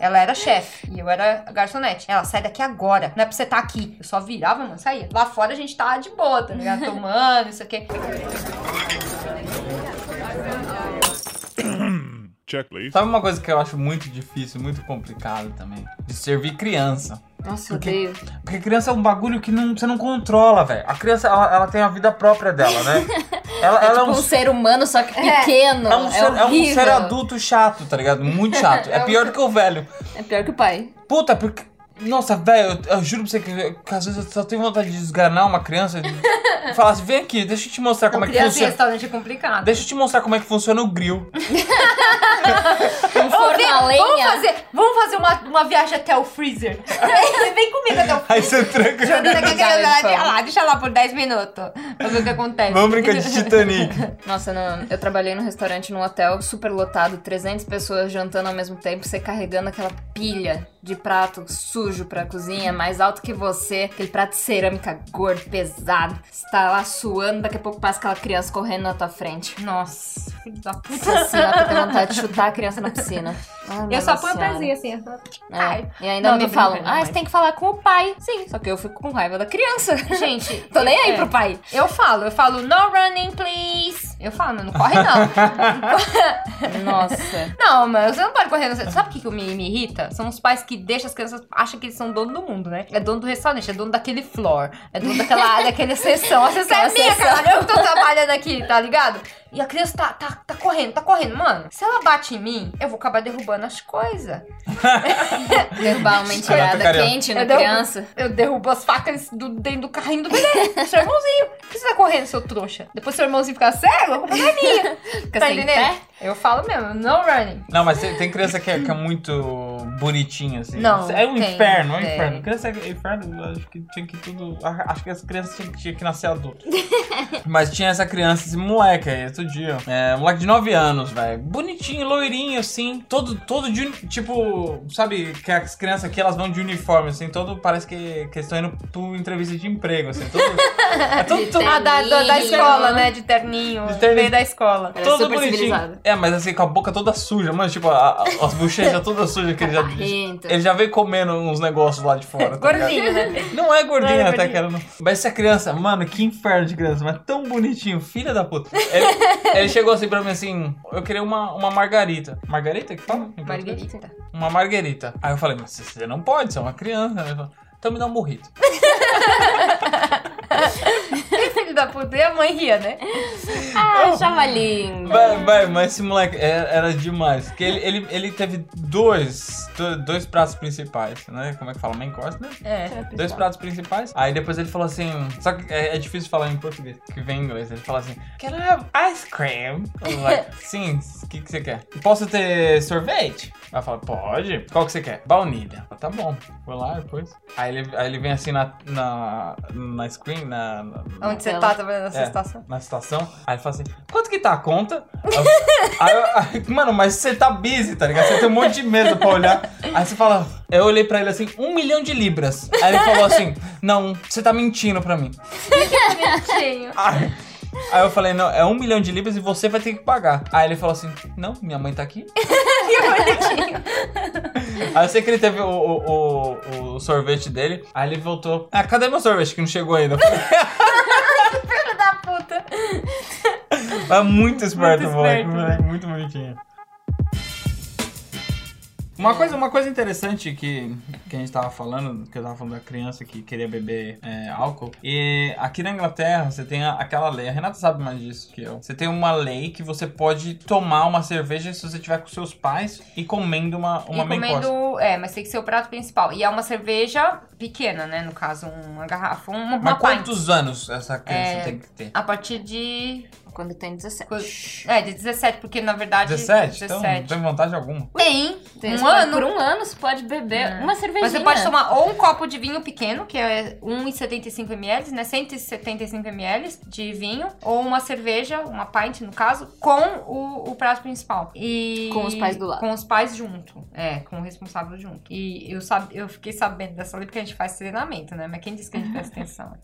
S3: Ela era chefe e eu era garçonete. Ela sai daqui agora. Não é pra você tá aqui. Eu só virava, mano, saía. Lá fora a gente tava de boa, tá ligado? Tomando, isso aqui.
S1: Check, please.
S2: Sabe uma coisa que eu acho muito difícil, muito complicado também? De servir criança.
S4: Nossa,
S2: eu
S4: eu
S2: Porque-
S4: odeio.
S2: Porque criança é um bagulho que não, você não controla, velho. A criança, ela, ela tem a vida própria dela, né? Ela,
S4: É
S2: ela
S4: tipo um ser humano, só que pequeno.
S2: é um ser, é um
S4: horrível.
S2: ser adulto chato, tá ligado? Muito chato. É
S3: É um-
S2: pior do que o velho.
S4: É pior que o pai.
S2: Puta, porque. Nossa, velho, eu, eu juro pra você que, que às vezes eu só tenho vontade de desganar uma criança e falar assim: vem aqui, deixa eu te mostrar como
S3: Não,
S2: é que
S3: criança em
S2: funciona.
S3: restaurante é complicado.
S2: Deixa eu te mostrar como é que funciona o grill.
S4: Um forno a
S3: Vamos
S4: lenha.
S3: fazer, vamos fazer uma, uma viagem até o freezer. Vem, vem comigo até o freezer.
S2: Aí você tranca.
S3: Jogando aqui,
S4: Galho de
S3: deixa
S4: pão.
S3: lá, deixa lá por 10 minutos. Pra ver o que acontece.
S2: Vamos brincar de Titanic.
S4: Nossa, não, eu trabalhei num restaurante, num hotel super lotado, 300 pessoas jantando ao mesmo tempo, você carregando aquela pilha de prato sujo pra cozinha, mais alto que você, aquele prato de cerâmica gordo, pesado. Você tá lá suando, daqui a pouco passa aquela criança correndo na tua frente.
S3: Nossa, filho da puta.
S4: Nossa senhora, tem vontade de chutar a criança na piscina. Ai,
S3: Eu
S4: Nossa
S3: só ponho o
S4: Senhora.
S3: pezinho assim. ó. Ai.
S4: É. E ainda
S3: Não,
S4: me
S3: tô
S4: falam,
S3: brincando,
S4: ah,
S3: mas-
S4: você tem que falar com o pai. Sim, só que eu fico com raiva da criança.
S3: Gente,
S4: Tô nem aí
S3: é.
S4: pro pai.
S3: Eu falo, eu falo, no running, please. Eu falo, mas não corre não.
S4: Nossa.
S3: não, mas você não pode correr. Não. sei- Sabe o que, que me, me irrita? São os pais que deixam as crianças, acham que eles são dono do mundo, né? É dono do restaurante, é dono daquele floor, é dono daquela, daquela sessão. A sessão é
S4: Aquela
S3: minha,
S4: sessão.
S3: cara, eu que tô trabalhando aqui, tá ligado? E a criança tá, tá, tá correndo, tá correndo. Mano, se ela bate em mim, eu vou acabar derrubando as coisas.
S4: Derrubar uma enteada
S2: Carioca.
S4: quente na
S3: Eu um derrubo-
S4: criança.
S3: Eu derrubo as facas do, dentro do carrinho do bebê. seu irmãozinho. Por que você tá correndo, seu trouxa? Depois seu irmãozinho ficar cego, a culpa não é minha.
S4: Fica
S3: tá
S4: sem
S3: entendendo?
S4: pé.
S3: Eu falo mesmo, no running.
S2: Não, mas tem, tem criança que é, que é muito bonitinha, assim.
S3: Não,
S2: É um
S3: tem,
S2: inferno, é um
S3: tem.
S2: inferno. Criança é inferno, eu acho que tinha que tudo. a- Acho que as crianças tinham, tinha que nascer adulto. mas tinha essa criança, esse moleque aí, outro dia. É, um moleque de 9 anos, velho. Bonitinho, loirinho, assim. Todo, todo de. uni- Tipo, sabe, que as crianças aqui elas vão de uniforme, assim, todo. Parece que, que eles estão indo pra uma entrevista de emprego, assim. Todo, é todo, todo,
S3: Ah, da, da, da escola, né? De terninho.
S2: De terninho.
S3: Veio da escola.
S4: Ela é
S2: Todo
S4: super
S2: bonitinho.
S4: civilizada.
S2: É, mas assim, com a boca toda suja, mano. Tipo, a- a- as bochechas todas sujas que ele já.
S4: Barrenta.
S2: Ele já veio comendo uns negócios lá de fora. tá ligado?
S3: Gordinho, né?
S2: Não é gordinho,
S3: Não é
S2: até
S3: gordinho.
S2: que era. Não. Mas essa criança, mano, que inferno de criança, mas tão bonitinho, filha da puta. Ele, ele chegou assim pra mim assim: eu queria uma, uma margarita. Margarita que fala? em português?
S3: Margarita.
S2: Uma margarita. Aí eu falei: mas você não pode, você é uma criança. Ele falou, então me dá um burrito.
S3: Filho da puta. E a mãe ria, né?
S4: Ah, achava lindo.
S2: Vai, vai, mas esse moleque era, era demais. Porque ele, ele, ele teve dois, do- dois pratos principais, né? Como é que fala? Main course, né?
S3: É.
S2: Dois pratos principais. Aí depois ele falou assim. Só que é, é difícil falar em português, que vem em inglês. Ele fala assim: Can I have ice cream? Eu falei, Sim, o que, que você quer? Posso ter sorvete? Ela fala: Pode. Qual que você quer? Baunilha. Eu, tá bom. Vou lá depois. Aí ele, aí ele vem assim na, na, na screen, na, na, na-
S3: Onde você tá trabalhando nessa
S2: é,
S3: estação?
S2: Na estação. Aí ele fala assim: quanto que tá a conta? Aí eu- aí eu- aí- mano, mas você tá busy, tá ligado? Você tem um monte de mesa pra olhar. Aí você fala. Eu olhei pra ele assim, um milhão de libras. Aí ele falou assim: Não, você tá mentindo pra mim.
S3: Bonitinho.
S2: Aí, aí eu falei, não, é um milhão de libras e você vai ter que pagar. Aí ele falou assim: Não, minha mãe tá aqui. Aí eu sei que ele teve o, o- o- o sorvete dele. Aí ele voltou. Ah, cadê meu sorvete que não chegou ainda?
S3: Filho da puta.
S2: É muito esperto,
S3: Muito
S2: moleque,
S3: esperto.
S2: moleque, Muito bonitinho. Uma coisa, uma coisa interessante que, que a gente tava falando, que eu tava falando da criança que queria beber é, álcool, e aqui na Inglaterra você tem a- aquela lei, a Renata sabe mais disso que eu. Você tem uma lei que você pode tomar uma cerveja se você estiver com seus pais e comendo uma, uma
S3: e
S2: main course.
S3: comendo. É, mas tem que ser o prato principal. E é uma cerveja pequena, né? No caso, uma garrafa, um, uma,
S2: Mas
S3: uma pint.
S2: quantos anos essa criança
S3: É.
S2: tem que ter?
S3: A partir de.
S4: Quando tem 17.
S3: É, de 17, porque na verdade.
S2: 17? Então não
S3: 17.
S2: tem vantagem alguma.
S3: Tem
S4: Tem-
S3: um ano.
S4: Por um ano você pode beber
S3: É.
S4: uma cervejinha.
S3: Mas você pode tomar ou um copo de vinho pequeno, que é 1,75ml, né? 175ml de vinho, ou uma cerveja, uma pint no caso, com o, o prato principal. E
S4: Com os pais do lado.
S3: Com os pais junto. É, com o responsável junto. E eu, sab... eu fiquei sabendo dessa lei porque a gente faz treinamento, né? Mas quem disse que a gente presta atenção?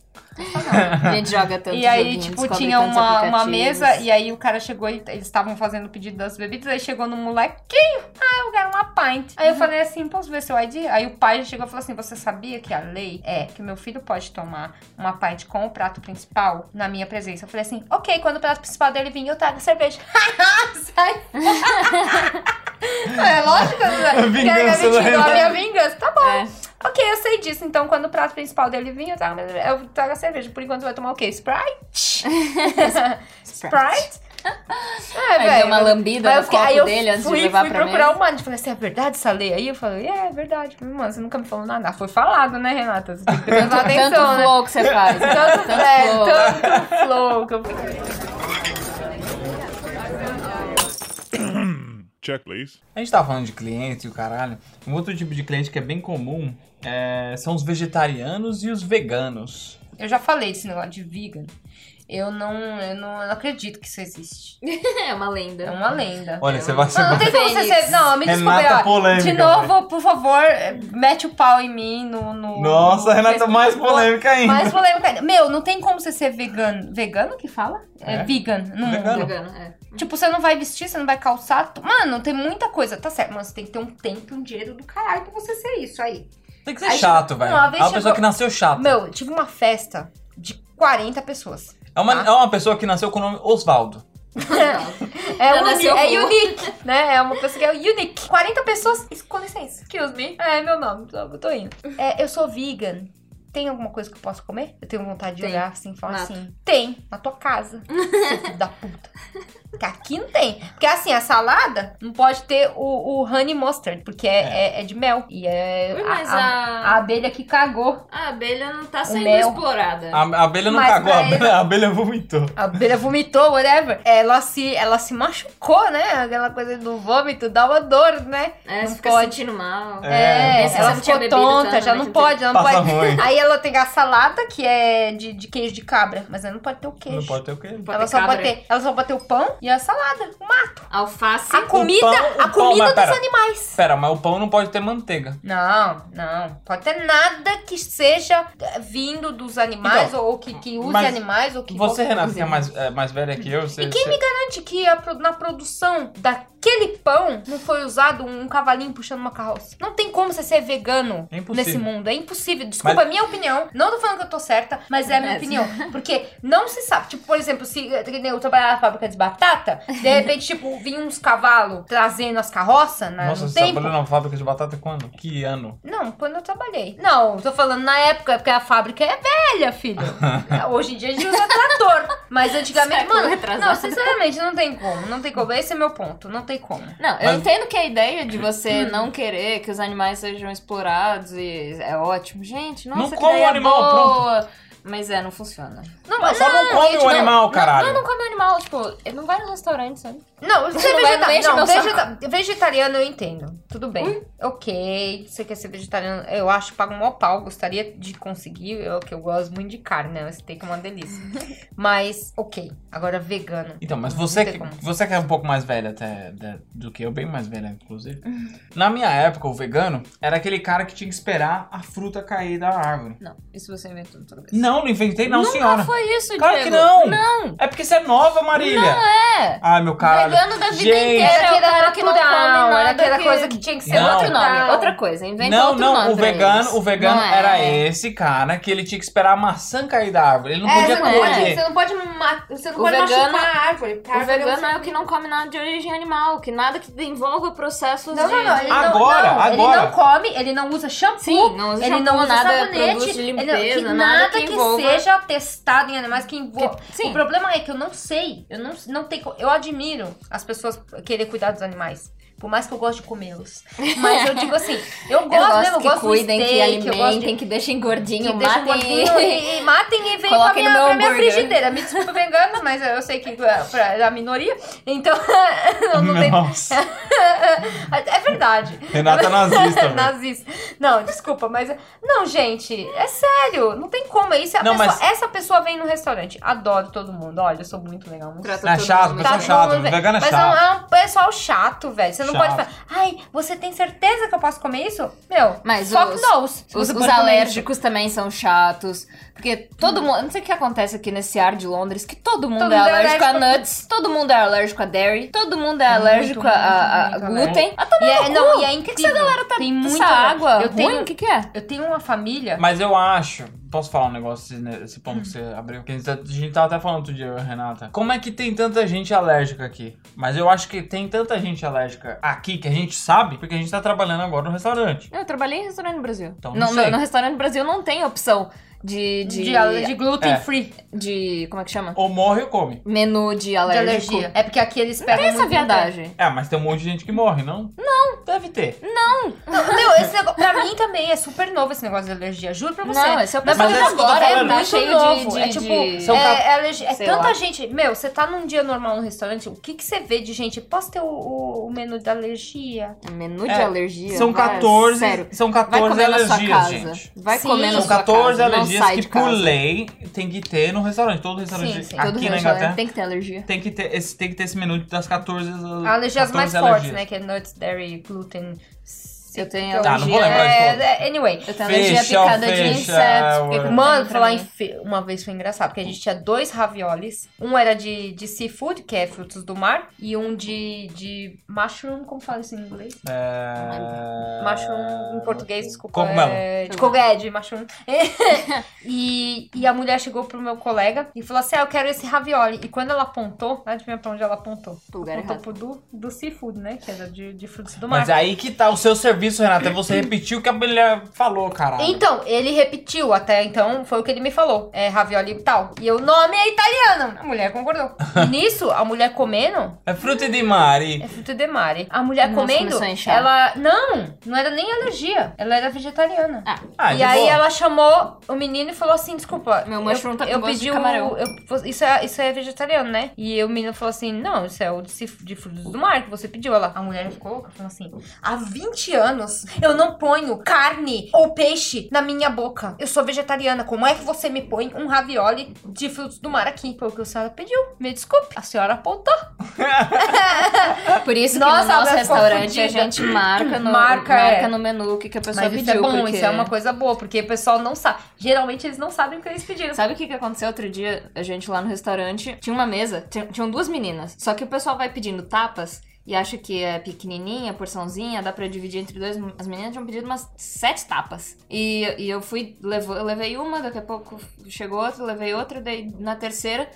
S4: A gente joga tanto
S3: E aí,
S4: joguinho,
S3: tipo,
S4: descobre
S3: tinha
S4: tantos
S3: uma, uma
S4: aplicativos. É.
S3: mesa e aí o cara chegou, ele- eles estavam fazendo o pedido das bebidas, aí chegou no molequinho, ah, eu quero uma pint. Aí eu
S4: Uhum.
S3: falei assim, posso ver seu ID? Aí o pai chegou e falou assim, você sabia que a lei é que meu filho pode tomar uma pint com o prato principal na minha presença? Eu falei assim, ok, quando o prato principal dele vir, eu trago cerveja. Sai. é lógico, né? que era
S2: Vingança do
S3: garantido, a
S2: Renato.
S3: minha vingança, tá bom.
S4: É.
S3: Ok, eu sei disso. Então, quando o prato principal dele vir, eu trago, eu trago a cerveja. Por enquanto, você vai tomar o quê? Sprite? Sprite? É,
S4: Aí
S3: velho.
S4: deu uma lambida
S3: Aí
S4: no
S3: eu fiquei-
S4: copo
S3: aí eu
S4: dele antes
S3: fui,
S4: de levar
S3: fui
S4: pra
S3: procurar
S4: mesa.
S3: o mano. Falei assim, é verdade essa lei aí? Eu falei, é, é verdade. Falei, Mano, você nunca me falou nada. Foi falado, né, Renata? Você tem que prestar atenção,
S4: Tanto
S3: né?
S4: flow que você faz.
S3: Tanto,
S4: tanto
S3: é,
S4: flow.
S3: tanto flow que eu fiquei.
S1: Check, please.
S2: A gente tava falando de cliente e o caralho. Um outro tipo de cliente que é bem comum é, são os vegetarianos e os veganos.
S3: Eu já falei desse negócio de vegan. Eu não, eu não, eu não acredito que isso existe.
S4: É uma
S3: É
S4: lenda.
S3: uma lenda. Ah,
S2: Olha, você vai ser.
S3: Não, não tem como você
S4: Fênix.
S3: ser. Não, me desculpe.
S2: Renata
S3: ó.
S2: polêmica, né?
S3: de novo, por favor, eh, mete o pau em mim no. no
S2: Nossa,
S3: no
S2: Renata,
S3: Facebook.
S2: mais polêmica ainda.
S3: Mais polêmica ainda. Meu, não tem como você ser vegano. Vegano que fala? É,
S2: É.
S3: vegan. Não,
S2: Vegano.
S4: Jogando, é.
S3: Tipo, você não vai vestir, você não vai calçar. tu- Mano, tem muita coisa. Tá certo, mano, você tem que ter um tempo e um dinheiro do caralho pra você ser isso aí.
S2: Tem que ser
S3: Aí
S2: chato,
S3: chegou-
S2: velho. É
S3: uma
S2: uma
S3: vez chegou-
S2: pessoa que nasceu chata.
S3: Meu, eu tive uma festa de 40 pessoas.
S2: É, uma, é
S3: tá.
S2: uma pessoa que nasceu com o nome Osvaldo.
S3: É,
S4: Ela
S3: uni-
S4: nasceu um.
S3: é
S4: boa.
S3: unique, né? É uma pessoa que é unique. 40 pessoas. Isso, Com licença. Excuse me. É meu nome, tô- eu tô indo. É, eu sou vegan. Tem alguma coisa que eu posso comer? Eu tenho vontade de
S4: Tem.
S3: olhar assim e falar
S4: Mato.
S3: assim. Tem, na tua casa. seu filho da puta. Que aqui não tem. Porque assim, a salada não pode ter o, o honey mustard, porque é, é- é de mel. E é.
S4: Ui,
S3: a-
S4: mas
S3: a,
S4: a,
S3: a abelha que cagou.
S4: a abelha não tá
S3: O
S4: sendo
S3: mel.
S4: explorada. né?
S2: A, a abelha não
S3: Mas
S2: cagou, a
S3: pra
S2: abelha, a abelha vomitou.
S3: A abelha vomitou, whatever. Ela se, ela se machucou, né? Aquela coisa do vômito dá uma dor, né?
S4: É,
S3: não
S4: você fica
S3: pode.
S4: sentindo mal.
S2: É,
S3: É,
S4: Nossa,
S3: ela
S4: você tinha
S3: ficou
S4: bebido
S3: tonta,
S4: tanto,
S3: já
S4: né,
S3: não
S4: que
S3: pode, já não
S2: Passa
S3: pode.
S2: ruim.
S3: Aí ela tem a salada que é de, de queijo de cabra, mas ela não pode ter o queijo.
S2: Não pode ter o quê?
S4: Pode
S3: ela,
S4: ter
S3: só
S4: cabra.
S3: pode ter, ela só pode ter o pão e a salada. o mato.
S4: Alface.
S3: A comida,
S2: pão- o
S3: a
S2: pão,
S3: comida
S2: mas
S3: dos
S2: pera.
S3: animais.
S2: Pera, mas o pão não pode ter manteiga.
S3: Não, não. Pode ter nada que seja eh, vindo dos animais
S2: Então,
S3: ou que, que use
S2: mas
S3: animais ou que
S2: Você,
S3: volte-
S2: Renata, que é mais, é mais velha que eu, você...
S3: E quem
S2: você-
S3: me garante que a pro- na produção daquele pão não foi usado um cavalinho puxando uma carroça? Não tem como você ser vegano
S2: É impossível.
S3: nesse mundo. É impossível. Desculpa, é minha opinião. Não tô falando que eu tô certa, mas é a minha
S4: Mas-
S3: opinião. Porque não se sabe. Tipo, por exemplo, se eh, que nem eu trabalhava na fábrica de batata, de repente, tipo, vinha uns cavalos trazendo as carroças né? na,
S2: Nossa,
S3: no
S2: você
S3: tempo.
S2: trabalhou na fábrica de batata quando? Que ano?
S3: Não, quando eu trabalhei. Não, tô falando na época, porque a fábrica é velha, filho. É, Hoje em dia a gente usa trator. Mas antigamente,
S4: Século
S3: mano.
S4: retrasado.
S3: Não, sinceramente, não tem como. Não tem como. Esse é meu ponto. Não tem como.
S4: Não, eu
S2: Mas-
S4: entendo que a ideia de você não querer que os animais sejam explorados e é ótimo. Gente, nossa, que
S2: coma o
S4: ideia
S2: um animal,
S4: boa. Mas é, não funciona.
S3: Não,
S2: Não,
S3: mas.
S2: só não come
S4: gente,
S2: o animal, caralho.
S4: Não, não come animal, tipo, ele não vai no restaurante, sabe?
S3: Não, você é
S4: Não vai, não enche
S3: vegetariano.
S4: meu
S3: Não,
S4: saco. Hum?
S3: vegeta- vegetariano eu entendo. Tudo bem. Ok, você quer ser vegetariano. Eu acho que paga um maior pau. Gostaria de conseguir. Eu, que eu gosto muito de carne, né? Esse steak é uma delícia. mas, ok. Agora vegano.
S2: Então, mas
S3: Não
S2: você
S3: tem
S2: que,
S3: como.
S2: você que é um pouco mais velha até da- do que eu, bem mais velha, inclusive. Na minha época, o vegano era aquele cara que tinha que esperar a fruta cair da árvore.
S4: Não, isso você inventou toda vez.
S2: Não, não inventei não,
S4: Nunca
S2: senhora.
S4: foi isso,
S2: Claro que
S4: Diego.
S2: não.
S4: Não,
S2: É porque você é nova, Marília. Não
S4: é.
S2: Ai, meu caralho.
S4: Vegano da vida
S2: Gente,
S4: inteira. Era o cara que não come nada
S3: Era aquela
S4: que-
S3: coisa que tinha que ser
S2: Não.
S4: Outro nome,
S3: natural.
S4: outra coisa, inventa
S2: Não,
S4: outro
S2: não,
S4: nome
S2: o
S4: pra
S2: vegano,
S4: eles.
S2: o vegano
S4: Não é.
S2: era esse cara que ele tinha que esperar a maçã cair da árvore. Ele não
S3: É,
S2: podia
S3: você,
S4: não
S3: não pode,
S2: colher.
S3: você não pode, ma- você não
S4: O
S3: pode
S4: vegano-
S3: machucar a árvore. um porque a
S4: O
S3: árvore
S4: vegano é o que não come nada de origem animal, que nada que envolva processos
S3: Não,
S4: de...
S3: não, não. Ele
S2: Agora,
S3: não, não,
S2: agora.
S3: Ele não come, ele não usa shampoo.
S4: Sim, não usa
S3: ele
S4: shampoo,
S3: não usa
S4: nada,
S3: sabonete,
S4: produtos de
S3: ele não-
S4: limpeza,
S3: que
S4: nada que
S3: que,
S4: envolva-
S3: seja testado em animais que envolva.
S4: Que- sim.
S3: O problema é que eu não sei, eu não, não tenho, co- eu admiro as pessoas querer cuidar dos animais. Por mais que eu goste de comê-los. Mas eu digo assim, eu
S4: Eu
S3: gosto,
S4: gosto
S3: mesmo, eu
S4: que
S3: gosto
S4: cuidem,
S3: do steak,
S4: que
S3: eu gosto de
S4: alimentem, que deixem gordinho,
S3: que deixa
S4: matem.
S3: um gordinho e, e matem e vem pra
S4: Coloquem
S3: minha,
S4: no meu
S3: pra minha
S4: hambúrguer.
S3: frigideira. Me desculpa vegano, mas eu sei que é pra- é a minoria. Então, eu não tem.
S2: Nossa,
S3: É verdade.
S2: Renata é nazista, velho.
S3: Nazista. Não, desculpa, mas. Não, gente, é sério. Não tem como. é Isso é a
S2: Não,
S3: pessoa-
S2: mas-
S3: Essa pessoa vem no restaurante. Adoro todo mundo. Olha, eu sou muito legal. Muito
S4: Trata
S2: É
S4: todo
S2: chato,
S4: mundo
S2: mas
S3: Tá.
S4: bem.
S2: é chato.
S3: todo mundo bem.
S2: vegano é
S3: Mas
S2: chato.
S3: é um- é um pessoal chato, velho. Você não
S2: Chato.
S3: pode falar, ai, você tem certeza que eu posso comer isso? Meu,
S4: Mas
S3: fuck
S4: os-
S3: knows se
S4: Os,
S3: você
S4: os
S3: pode comer isso.
S4: alérgicos também são chatos. Porque todo mundo. Eu não sei o que acontece aqui nesse ar de Londres, que todo mundo
S3: Hum. Todo
S4: é
S3: mundo é
S4: alérgico a
S3: alérgico a-
S4: nuts, todo mundo é alérgico a dairy, todo mundo é alérgico
S3: muito,
S4: a, a- a
S3: muito
S4: glúten.
S3: alérgico.
S4: A tomar
S3: E é,
S4: no
S3: não,
S4: cu.
S3: e é
S4: O que, que
S3: incrível.
S4: essa galera tá
S3: Tem
S4: essa
S3: muita
S4: água?
S3: Eu tenho-
S4: ruim? O que, que é?
S3: Eu tenho uma família.
S2: Mas eu acho. Posso falar um negócio nesse nesse ponto que você
S3: Hum.
S2: abriu? Que a gente tá- a gente tava até falando outro dia, eu e a Renata. Como é que tem tanta gente alérgica aqui? Mas eu acho que tem tanta gente alérgica aqui que a gente sabe porque a gente tá trabalhando agora no restaurante.
S4: Eu trabalhei em restaurante no Brasil.
S2: Então, não
S4: não, no,
S2: sei.
S4: no restaurante no Brasil não tem opção de.
S3: de,
S4: de,
S3: de, gluten
S2: É.
S3: free,
S4: de- como é que chama?
S2: Ou morre ou come.
S4: Menu de
S3: de
S4: alérgico.
S3: alergia. É porque aqui eles pegam.
S4: Tem essa
S3: muito glúten.
S4: viadagem.
S2: É, mas tem um monte de gente que morre, não? Não. Deve ter.
S3: Hum. Não, meu, esse negócio. Pra mim também é super novo esse negócio de alergia. Juro pra você.
S4: Não, esse é o
S3: Mas
S4: pessoal
S2: mas
S4: de
S2: é isso que eu tô
S4: agora, é
S2: falando.
S4: tá
S3: muito
S4: cheio
S3: novo.
S4: de, de,
S3: é tipo,
S4: de-
S2: São
S3: é,
S2: cap-
S3: é alergia- é
S4: sei
S3: tanta
S4: lá.
S3: gente. Meu, você tá num dia normal no restaurante, o que que você vê de gente? Posso ter o, o- o menu da alergia?
S4: Menu de
S2: É,
S4: alergia.
S2: São
S4: vai,
S2: 14.
S4: Sério.
S2: São
S4: Vai
S2: 14
S4: comer na sua
S2: alergias,
S4: casa.
S2: gente.
S4: Vai
S3: Sim.
S4: comer na
S2: São
S4: sua
S2: 14
S4: casa. não
S2: alergias
S4: sai
S2: que,
S4: de
S2: por
S4: casa.
S2: lei, tem que ter no restaurante. Todo restaurante
S3: Sim, sim.
S2: aqui né,
S4: Todo
S2: na
S4: restaurante
S2: Inglaterra
S4: tem que ter alergia.
S2: tem que ter esse, tem que ter esse menu das 14 al-
S3: Alergias
S2: 14
S3: mais fortes,
S2: alergias.
S3: né? Que é nuts, dairy, gluten. se-
S4: Eu tenho
S2: Tá, não vou
S4: alergia.
S2: lembrar de
S3: É,
S2: todas.
S3: é, anyway.
S4: Eu tenho
S2: Fecha,
S4: alergia a picada
S2: fecha,
S4: de inseto. porque
S2: ué.
S4: eu não
S3: Mano,
S4: tenho
S3: falar
S4: pra
S3: em
S4: mim.
S3: fe- uma vez foi engraçado, porque a gente tinha dois raviolis. Um era de, de seafood, que é frutos do mar, e um de, de mushroom, como fala isso em inglês?
S2: É...
S3: Mushroom em um, português, desculpa.
S2: Cogumelo.
S3: É, de cogumelo, de mushroom. e, e a mulher chegou pro meu colega e falou assim: Ah, eu quero esse ravioli. E quando ela apontou, né, adivinha pra onde ela apontou?
S4: Pro lugar é
S3: apontou
S4: errado.
S3: pro do, do seafood, né? Que era de, de frutos do mar.
S2: Mas aí que tá o seu serviço, Renata, é você repetir o que a mulher falou, caralho.
S3: Então, ele repetiu até então, foi o que ele me falou. É ravioli e tal. E o nome é italiano. A mulher concordou. E nisso, a mulher comendo,
S2: É fruta de mari.
S3: é fruto de mare. A mulher
S4: Nossa,
S3: comendo,
S4: começou a inchar.
S3: ela. Não, não era nem alergia. Ela era vegetariana.
S4: Ah,
S2: Ah,
S3: e
S2: de
S3: aí
S2: boa.
S3: ela chamou o menino e falou assim: desculpa.
S4: Meu mushroom tá com
S3: eu
S4: gosto de
S3: pedi o-
S4: camarão.
S3: eu- isso, é, isso é vegetariano, né? E o menino falou assim: não, isso é o de, cif- de frutos do mar que você pediu. Ela, a mulher ficou louca, falou assim: há 20 anos eu não ponho carne ou peixe na minha boca. Eu sou vegetariana. Como é que você me põe um ravioli de frutos do mar aqui? Foi o que a senhora pediu. Me desculpe. A senhora apontou.
S4: Por isso
S3: Nossa,
S4: que no nosso
S3: ela ficou
S4: restaurante a
S3: fodida.
S4: gente marca no,
S3: Marca,
S4: marca,
S3: é.
S4: no menu o que, que a pessoa
S3: Mas isso
S4: pediu.
S3: é bom,
S4: porque-
S3: isso é uma coisa boa, porque o pessoal não sabe. Geralmente eles não sabem o que eles pediram.
S4: Sabe o que, que aconteceu outro dia? A gente lá no restaurante tinha uma mesa, tinha- tinham duas meninas. Só que o pessoal vai pedindo tapas e acha que é pequenininha, porçãozinha, dá pra dividir entre dois. As meninas tinham pedido umas sete tapas. E, e eu fui, levou, eu levei uma, daqui a pouco chegou outra, eu levei outra, daí na terceira.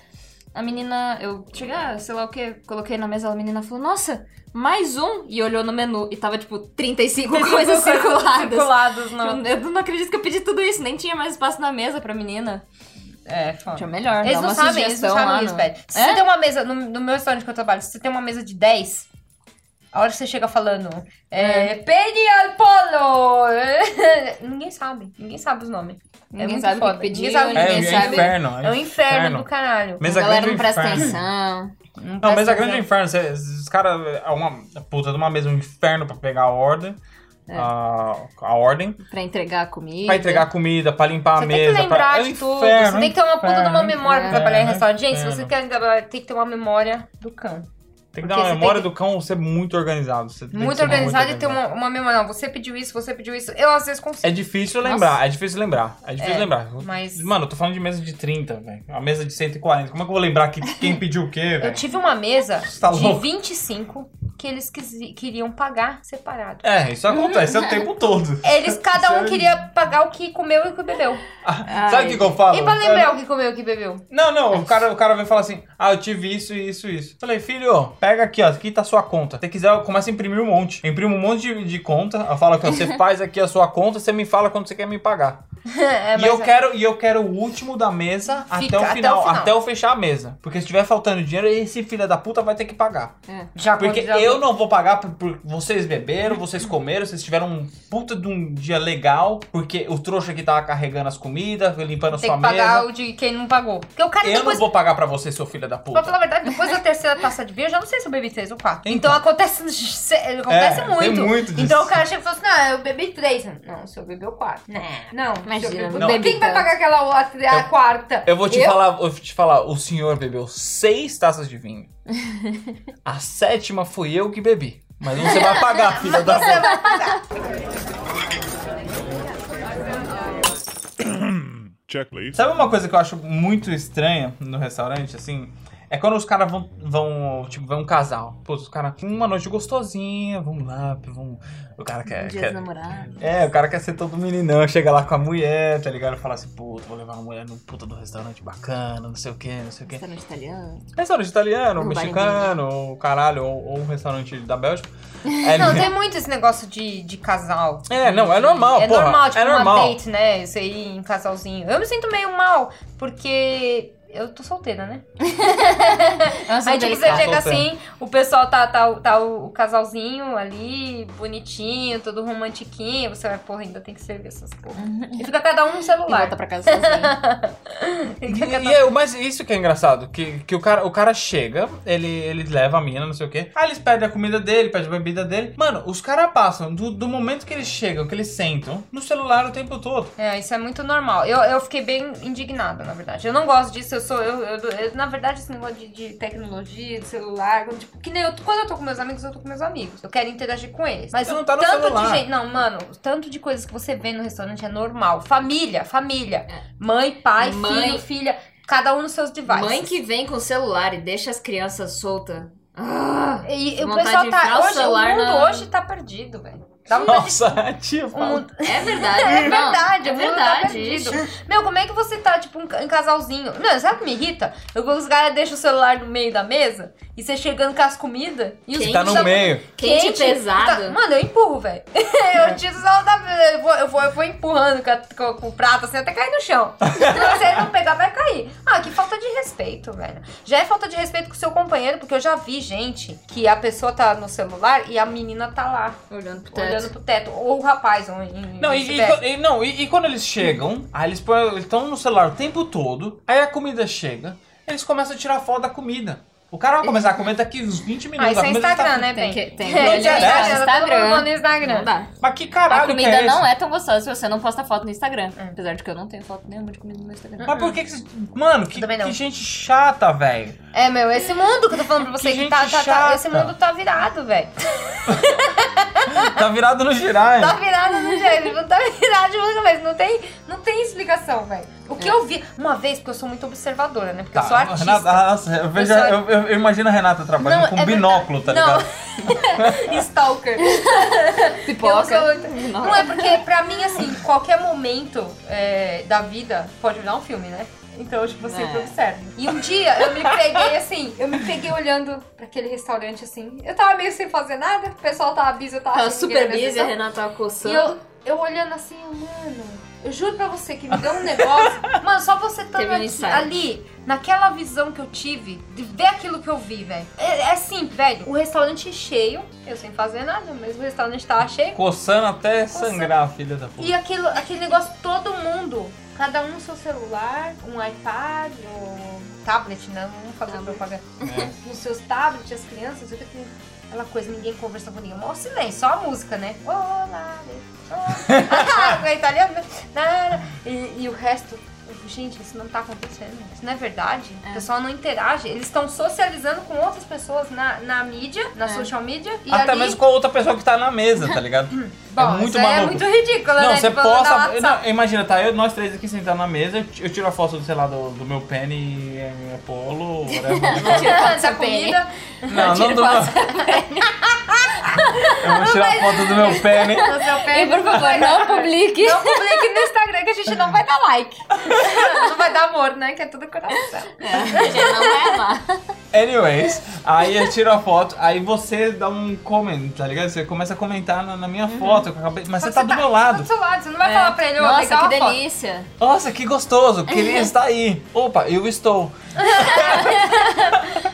S4: A menina, eu cheguei, ah, sei lá o que, coloquei na mesa, a menina falou, nossa, mais um! E olhou no menu e tava tipo 35 coisas circuladas. Tipo,
S3: Circulados no...
S4: Eu não acredito que eu pedi tudo isso, nem tinha mais espaço na mesa pra menina.
S3: É, foda.
S4: Ah. Tinha melhor,
S3: Eles
S4: dá
S3: não
S4: uma
S3: sabem, eles não
S4: sugestão
S3: sabem
S4: lá
S3: o que
S4: no-
S3: eles pedem. Se
S4: É?
S3: você tem uma mesa, no, no meu restaurante que eu trabalho, se você tem uma mesa de 10, a hora que você chega falando, é, pene al polo, ninguém sabe, ninguém sabe os nomes.
S4: Ninguém
S3: muito
S4: sabe o que
S3: foda.
S4: pediu,
S3: ninguém sabe,
S4: ninguém
S2: É,
S3: ninguém
S2: é
S3: sabe.
S2: inferno.
S3: É um inferno do caralho.
S4: A
S2: Mesa
S4: galera
S2: grande é um
S4: não presta
S2: inferno.
S4: atenção.
S2: Não,
S3: presta
S2: mesa grande é um
S3: atenção.
S2: inferno. Cê- os caras. É uma puta de uma mesa, um inferno pra pegar a ordem.
S3: É.
S2: A, a ordem.
S4: Pra entregar a comida.
S2: Pra entregar comida, pra limpar
S3: Você
S2: a
S3: tem que
S2: mesa.
S3: lembrar
S2: pra...
S3: de
S2: é um
S3: tudo.
S2: inferno,
S3: você tem que ter uma puta de uma
S2: inferno, é um
S3: memória pra
S2: inferno,
S3: trabalhar em restaurante. Gente, se você
S2: inferno.
S3: quer trabalhar, tem que ter uma memória do cão.
S2: Tem que
S3: porque
S2: dar uma
S3: você
S2: memória
S3: tem
S2: do cão ser muito organizado. Você tem que
S3: Muito
S2: ser
S3: organizado e ter uma, uma memória. Não, você pediu isso, você pediu isso. Eu às vezes consigo.
S2: É difícil lembrar, é difícil lembrar. É difícil
S3: É,
S2: lembrar.
S3: mas-
S2: Mano, eu tô falando de mesa de 30, velho. A mesa de 140. Como é que eu vou lembrar que, quem pediu o quê,
S3: Eu
S2: velho?
S3: tive uma mesa
S2: tá
S3: de
S2: louco?
S3: 25 que eles quisi- queriam pagar separado.
S2: É, isso acontece o tempo todo.
S3: Eles, cada um
S2: Sério?
S3: queria pagar o que comeu e o que bebeu.
S2: Ah, Sabe o que, que eu falo?
S3: E pra
S2: Eu-
S3: lembrar o que comeu e o que bebeu.
S2: Não, não, o cara, o cara vem falar assim: ah, eu tive isso, isso, isso. Falei, filho, pega aqui, ó, aqui tá a sua conta. Se quiser, eu começo a imprimir um monte. Eu imprimo um monte de, de conta, eu falo que você faz aqui a sua conta, você me fala quando você quer me pagar.
S3: É,
S2: e, eu
S3: mas-
S2: quero, e eu quero o último da mesa até,
S3: Fica
S2: o
S3: até o
S2: final,
S3: final.
S2: até eu fechar a mesa. Porque se tiver faltando dinheiro, esse filho da puta vai ter que pagar.
S3: já
S2: Porque
S3: quando Tá já-
S2: eu não vou pagar por, por vocês beberam, vocês comeram, vocês tiveram um puta de um dia legal, porque o trouxa que tava carregando as comidas, limpando a
S3: Tem
S2: sua
S3: que pagar
S2: mesa.
S3: o de quem não pagou. Porque o cara
S2: Eu não
S3: depois.
S2: vou pagar pra você, seu filho da puta.
S3: Pra falar a verdade, depois da terceira taça de vinho, eu já não sei se eu bebi três ou quatro. Então,
S2: Então.
S3: acontece, se- acontece
S2: É, tem
S3: muito.
S2: muito disso.
S3: Então o cara chega e fala assim: não, eu bebi três. Não, o senhor bebeu quatro. Não, o
S4: Imagina,
S3: senhor bebeu-
S4: não bebi
S3: Quem vai
S4: tanto.
S3: pagar aquela outra, a
S2: Eu-
S3: quarta?
S2: Eu vou te falar, eu vou te falar, o senhor bebeu seis taças de vinho. A sétima fui eu que bebi. Mas você vai pagar, filha da puta.
S1: Check, please.
S2: Sabe uma coisa que eu acho muito estranha no restaurante, assim? É quando os caras vão, vão, tipo, vai um casal. Pô, os caras, uma noite gostosinha, vamos lá, vamos... O cara
S3: Um
S2: quer...
S4: Dia
S2: quer-
S4: dos namorados.
S2: É, o cara quer ser todo meninão, chega lá com a mulher, tá ligado? Fala assim, puta, vou levar uma mulher num puta do restaurante bacana, não sei o que, não sei o que. é.
S4: Restaurante italiano.
S2: Restaurante italiano,
S3: Um
S4: No
S2: mexicano, ou caralho, ou, ou um restaurante da Bélgica. É,
S3: Não, tem muito esse negócio de, de casal.
S2: é, não, é normal,
S3: é
S2: porra.
S3: normal, tipo,
S2: é normal.
S3: uma date, né? Isso aí em casalzinho. Eu me sinto meio mal, porque eu tô solteira, né?
S4: É um assunto
S3: Aí, tipo, você
S4: delicado.
S3: chega
S2: Solteira.
S3: assim, o pessoal tá, tá, tá o, o casalzinho ali, bonitinho, todo romantiquinho. Você vai, porra, ainda tem que servir essas coisas. E fica cada um no
S4: E
S3: celular.
S4: volta pra casa sozinho.
S2: E,
S3: Fica cada-
S2: e é, mas isso que é engraçado, que, que o, cara, o cara chega, ele, ele leva a mina, não sei o quê. Aí eles pedem a comida dele, pedem a bebida dele. Mano, os caras passam do, do momento que eles chegam, que eles sentam, no celular o tempo todo.
S3: É, isso é muito normal. Eu, eu fiquei bem indignada, na verdade. Eu não gosto disso, eu sou. Eu, eu- eu- na verdade, esse negócio de, de tecnologia, de celular, quando, tipo, que nem eu. Quando eu tô com meus amigos, eu tô com meus amigos. Eu quero interagir com eles. Mas
S2: Você não tá no
S3: tanto
S2: celular.
S3: de gente. Não, mano, o tanto de coisas que você vê no restaurante é normal. Família, família. Mãe, pai,
S4: É. Mãe.
S3: filho, filha. Cada um nos seus devices.
S4: Mãe que vem com o celular e deixa as crianças soltas. Ah,
S3: E, e o
S4: Vontade
S3: pessoal
S4: de
S3: tá.
S4: enfiar o
S3: Hoje, o
S4: celular
S3: mundo
S4: na-
S3: hoje tá perdido, velho. Dá vontade de-
S2: Nossa, ativa.
S3: o mundo-
S4: É verdade.
S3: É
S4: não,
S3: verdade,
S4: é
S3: o mundo tá
S4: verdade
S3: perdido.
S4: isso.
S3: Meu, como é que você tá, tipo, um ca- um casalzinho? Não, sabe o que me irrita? Eu, os caras deixam o celular no meio da mesa e você chegando com as comidas e os
S4: Quem
S2: Tá no
S3: tá-
S2: meio.
S4: Quente,
S3: Tá-
S4: pesado.
S3: mano, eu empurro, velho. Eu tiro só da. Eu vou, eu vou, eu vou empurrando com, a- com- com o prato assim até cair no chão. Então, Se você não pegar, vai cair. Ah, que falta de respeito, velho. Já é falta de respeito com o seu companheiro, porque eu já vi gente que a pessoa tá no celular e a menina tá lá,
S4: Olhando pro
S3: olhando
S4: teto.
S3: pro teto. Ou o rapaz, ou em-
S2: Não, e, e
S3: vice-versa.
S2: quan- e- não e, e quando eles chegam, aí eles põem- eles estão no celular o tempo todo, aí a comida chega, eles começam a tirar foto da comida. O cara vai começar a comer daqui uns 20 minutos.
S3: Ah, isso
S2: a
S3: é
S2: comida já tá
S3: Instagram,
S2: com-
S3: né,
S4: Tem
S3: bem?
S4: que- tem que
S3: É,
S2: olhar
S3: isso
S2: no
S3: é Instagram, tá todo
S4: Instagram.
S3: mundo no Instagram.
S4: Não dá.
S2: Mas que
S4: A
S2: caralho que
S4: comida
S2: é
S4: não
S2: esse? Hum.
S4: é tão gostosa se você não posta foto no Instagram. Apesar de que eu não tenho foto nenhuma de comida no meu Instagram.
S2: Mas por que que... vocês- Mano, que,
S3: é. também não.
S2: que gente chata, velho.
S3: É, meu, esse mundo que eu tô falando pra você
S2: Que
S3: que, tá,
S2: gente
S3: tá- tá- Esse
S2: chata.
S3: mundo tá virado, velho.
S2: Tá virado no girar,
S3: Tá virado no jeito, tá virado de outra vez. Não tem, não tem explicação, velho. O que eu vi uma vez, porque eu sou muito observadora, né? Porque eu sou artista.
S2: É. Tá. Renata, nossa, eu, vejo,
S3: Eu sou-
S2: eu, eu- eu imagino a Renata trabalhando
S3: Não,
S2: com
S3: é verdade.
S2: binóculo, tá
S3: Não.
S2: ligado?
S3: Stalker.
S4: Hum. Pipoca.
S3: Eu sou-
S4: Não.
S3: Não é porque, pra mim, assim, qualquer momento é, da vida pode virar um filme, né? Então, tipo, eu sempre
S4: É.
S3: observo. E um dia eu me peguei assim, eu me peguei olhando pra aquele restaurante assim. Eu tava meio sem fazer nada, o pessoal tava busy, eu tava,
S4: Tava
S3: sem
S4: é
S3: ninguém
S4: super
S3: na
S4: busy,
S3: minha
S4: a
S3: sessão.
S4: Renata tava
S3: E
S4: coçando.
S3: eu, eu olhando assim, eu, mano, eu juro pra você que me deu um negócio. mano, só você estando
S4: Teve um
S3: aqui-
S4: insight.
S3: ali, naquela visão que eu tive, de ver aquilo que eu vi, velho. É, é assim, velho, o restaurante cheio, eu sem fazer nada, mas o restaurante tava cheio.
S2: Coçando até
S3: Coçando.
S2: sangrar, filha da puta.
S3: E aquilo, aquele negócio, todo mundo, cada um no seu celular, um iPad, um tablet, né? Vamos fazer
S4: Tablet.
S3: propaganda. Nos seus tablets, as crianças, eu que aquela coisa, ninguém conversa com ninguém. Mó silêncio, só a música, né? Olá, oh, é italiano, né? Nara. E, e o resto. eu fico, Gente, isso não tá acontecendo. Isso não é verdade. O pessoal não interage. Eles estão socializando com outras pessoas na, na mídia, na
S4: É.
S3: social media. E
S2: Até
S3: ali, Hum.
S2: mesmo com a outra pessoa que tá na mesa, tá ligado?
S3: Bom,
S2: é muito
S3: isso
S2: maluco.
S3: é muito ridículo,
S2: Não,
S3: né?
S2: você
S3: Tipo, ela dá
S2: posta.
S3: WhatsApp.
S2: Não, imagina, tá eu, nós três aqui sentados na mesa, eu ti- eu tiro a foto, sei lá, do, do meu pene eh, meu polo, whatever.
S4: Não tira foto do
S3: da
S4: seu pênis.
S3: comida.
S2: Não, não
S4: Tira
S2: do meu.
S4: foto
S2: Eu vou tirar a foto do meu pene.
S3: no seu pé.
S4: E por favor, não publique.
S3: Não publique no Instagram que a gente não vai dar like. não vai dar amor, né? Que é tudo coração.
S4: Já É, não vai lá.
S2: Anyways, aí eu tiro a foto, aí você dá um comment, tá ligado? Você começa a comentar na, na minha foto, que eu acabei- mas você tá do meu
S3: Do
S2: lado.
S3: seu lado, Uhum. você não vai falar pra ele, ô,
S4: É. Nossa,
S3: legal
S4: que
S3: a foto.
S4: delícia.
S2: Nossa, que gostoso, queria
S3: Uhum.
S2: estar aí. Opa, eu estou.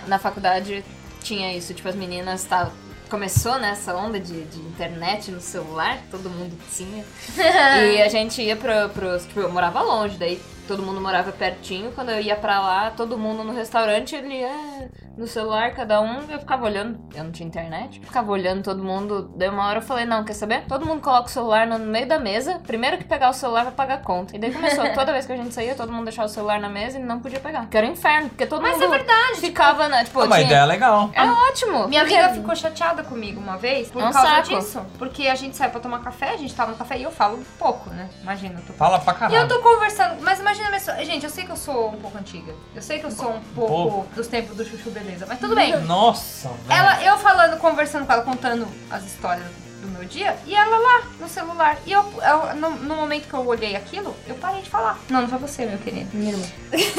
S4: Na faculdade tinha isso, tipo, as meninas estavam. Começou né, essa onda de, de internet no celular, todo mundo tinha.
S3: É.
S4: e a gente ia pro, pros. Tipo, eu morava longe, daí todo mundo morava pertinho. Quando eu ia pra lá, todo mundo no restaurante, ele ia no celular, cada um. Eu ficava olhando, eu não tinha internet, ficava olhando todo mundo. Daí uma hora eu falei: não, quer saber? Todo mundo coloca o celular no meio da mesa, primeiro que pegar o celular vai pagar a conta. E daí começou, toda vez que a gente saía, todo mundo deixava o celular na mesa e não podia pegar. Que era um inferno, porque todo
S3: Mas é
S4: mundo ficava na. Tipo,
S2: É uma
S4: tinha-
S2: ideia legal.
S4: é ótimo.
S3: Minha
S4: porque-
S3: amiga ficou chateada comigo uma vez por
S4: É um
S3: causa
S4: saco.
S3: disso. Porque a gente sai pra tomar café, a gente tava no café e eu falo pouco, né? Imagina, eu tô
S2: Fala pra
S3: E eu
S2: caralho.
S3: tô conversando, mas imagina mesmo. Gente, eu sei que eu sou um pouco antiga. Eu sei que eu sou um pouco
S2: pouco.
S3: dos tempos do Chuchu Beleza, mas tudo bem.
S2: Nossa, velho.
S3: Ela, eu falando, conversando com ela, contando as histórias do meu dia, e ela lá no celular. E eu, eu- no, no momento que eu olhei aquilo, eu parei de falar. Não, não foi você, meu querido.
S4: Minha irmã.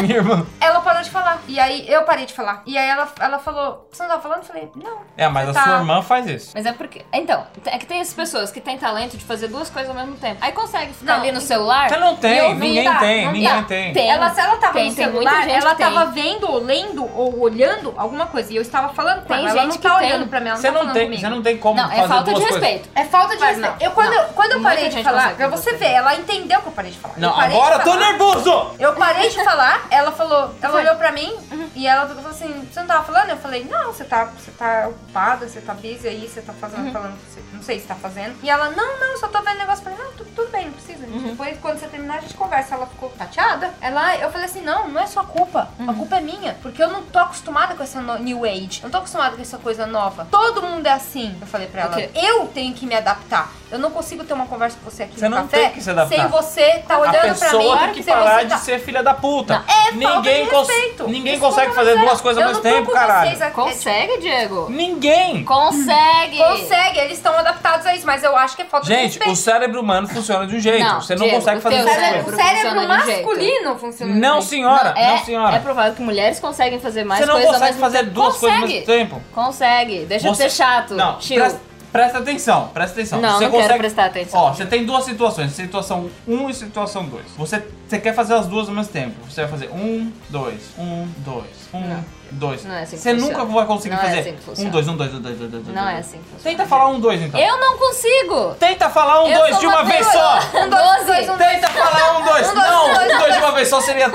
S2: Minha irmã.
S3: Ela parou de falar. E aí eu parei de falar. E aí ela, ela falou: Você não tava falando? Eu falei: Não.
S2: É, mas
S3: Você
S2: a
S3: tá-
S2: sua irmã faz isso.
S4: Mas é porque. Então, é que tem essas pessoas que têm talento de fazer duas coisas ao mesmo tempo. Aí consegue ficar
S3: Não,
S4: ali no celular.
S2: Você não
S4: e
S2: tem,
S4: ouvir.
S2: Tá ninguém
S3: dá,
S2: tem,
S3: tá. não
S2: ninguém
S4: dá.
S2: tem.
S4: Tem.
S3: Ela, se ela tava
S4: Tem-
S3: no
S4: tem muita
S3: celular,
S4: gente
S3: ela
S4: que tem.
S3: tava vendo, ou lendo ou olhando alguma coisa. E eu estava falando com
S4: Tem
S3: ela. Ela
S4: gente
S3: não tá
S4: que tem.
S3: olhando pra mim, ela não
S2: Você
S3: tá
S2: não
S3: falando
S2: tem,
S3: comigo.
S2: você não tem como
S4: Não,
S2: fazer
S4: é falta de
S2: duas coisas.
S4: respeito.
S3: É falta de
S4: Mas
S3: respeito.
S4: não,
S3: eu, quando,
S4: não.
S3: eu, quando eu
S4: Muita
S3: parei de
S4: gente
S3: falar,
S4: consegue
S3: pra
S4: com
S3: você
S4: você.
S3: ver, ela entendeu que eu parei de falar.
S2: Não,
S3: eu parei
S2: agora
S3: de
S2: eu tô
S3: falar.
S2: nervoso!
S3: Eu parei de falar, ela falou, ela
S4: Foi.
S3: olhou pra mim e ela falou assim: você não tava falando? Eu falei, não, você tá, você tá ocupada, você tá busy aí, você tá fazendo, falando, você- não sei se tá fazendo. E ela, não, não, só tô vendo negócio. Eu falei, não, tudo, tudo bem, não precisa. Depois, quando você terminar, a gente conversa. Ela ficou chateada. Ela, eu falei assim: não, não é sua culpa. A culpa é minha. Porque eu não tô acostumada com essa no- new age. Eu não tô acostumada com essa coisa nova. Todo mundo é assim. Eu falei pra ela:
S4: Ok.
S3: eu tenho que me adaptar. Eu não consigo ter uma conversa com você aqui
S5: Você
S3: no
S5: não
S3: café
S5: tem que se adaptar.
S3: sem você tá
S2: a
S3: olhando pra mim.
S2: pessoa tem que
S3: sem
S2: parar
S3: você
S2: de
S3: tá-
S2: ser filha da puta.
S3: Falta
S2: ninguém
S3: de
S2: cons-
S3: respeito.
S2: ninguém
S3: Desculpa,
S2: consegue
S3: mas
S2: fazer
S3: é-
S2: duas coisas ao
S3: eu
S2: mesmo
S3: não tô
S2: tempo,
S3: com
S2: caralho.
S3: vocês aqui.
S4: Consegue,
S2: Hum.
S4: Diego?
S2: Ninguém!
S4: Consegue!
S3: Consegue, eles estão adaptados a isso, mas eu acho que é falta de
S2: Gente,
S3: respeito.
S2: o cérebro humano funciona de um jeito.
S4: Não,
S2: você não
S4: Diego,
S2: consegue
S4: o
S2: fazer
S4: teu
S2: isso.
S4: cérebro-
S3: O cérebro
S4: funciona de um
S3: masculino funciona. de um
S2: Não,
S3: jeito.
S2: senhora! Não,
S4: é,
S2: senhora!
S4: É provável que mulheres conseguem fazer mais
S2: você não
S4: coisas ao
S2: consegue
S4: mesmo
S2: fazer
S4: tempo.
S2: duas coisas ao
S4: Consegue.
S2: mesmo tempo.
S4: Consegue. Deixa
S2: Você-
S4: de ser chato.
S2: Não,
S4: Chill.
S2: presta, presta atenção, presta atenção.
S4: Não,
S2: você
S4: não quero
S2: consegue...
S4: prestar atenção.
S2: Ó, você tem duas situações, situação 1 e situação 2. Você, você quer fazer as duas ao mesmo tempo. Você vai fazer 1, 2, 1, 2, 1,
S4: Não.
S2: 2.
S4: Não é assim que
S2: um, Você
S4: funciona.
S2: nunca vai conseguir
S4: Não é assim
S2: fazer
S4: que
S2: 1,
S4: funciona.
S2: 2, 1, 2, 1, 2, 1, 2.
S4: Não é assim que funciona.
S2: Tenta falar 1, 2 então.
S4: Eu não consigo!
S2: Tenta falar 1,
S4: Eu
S2: 2
S4: sou
S2: Um, de uma vez só!
S4: pessoa-
S3: Um, dois, dois, um,
S4: Doze.
S2: Tenta falar 1, 2!
S3: Um, dois,
S2: Não,
S3: um, dois,
S2: 1, 2 de uma vez só seria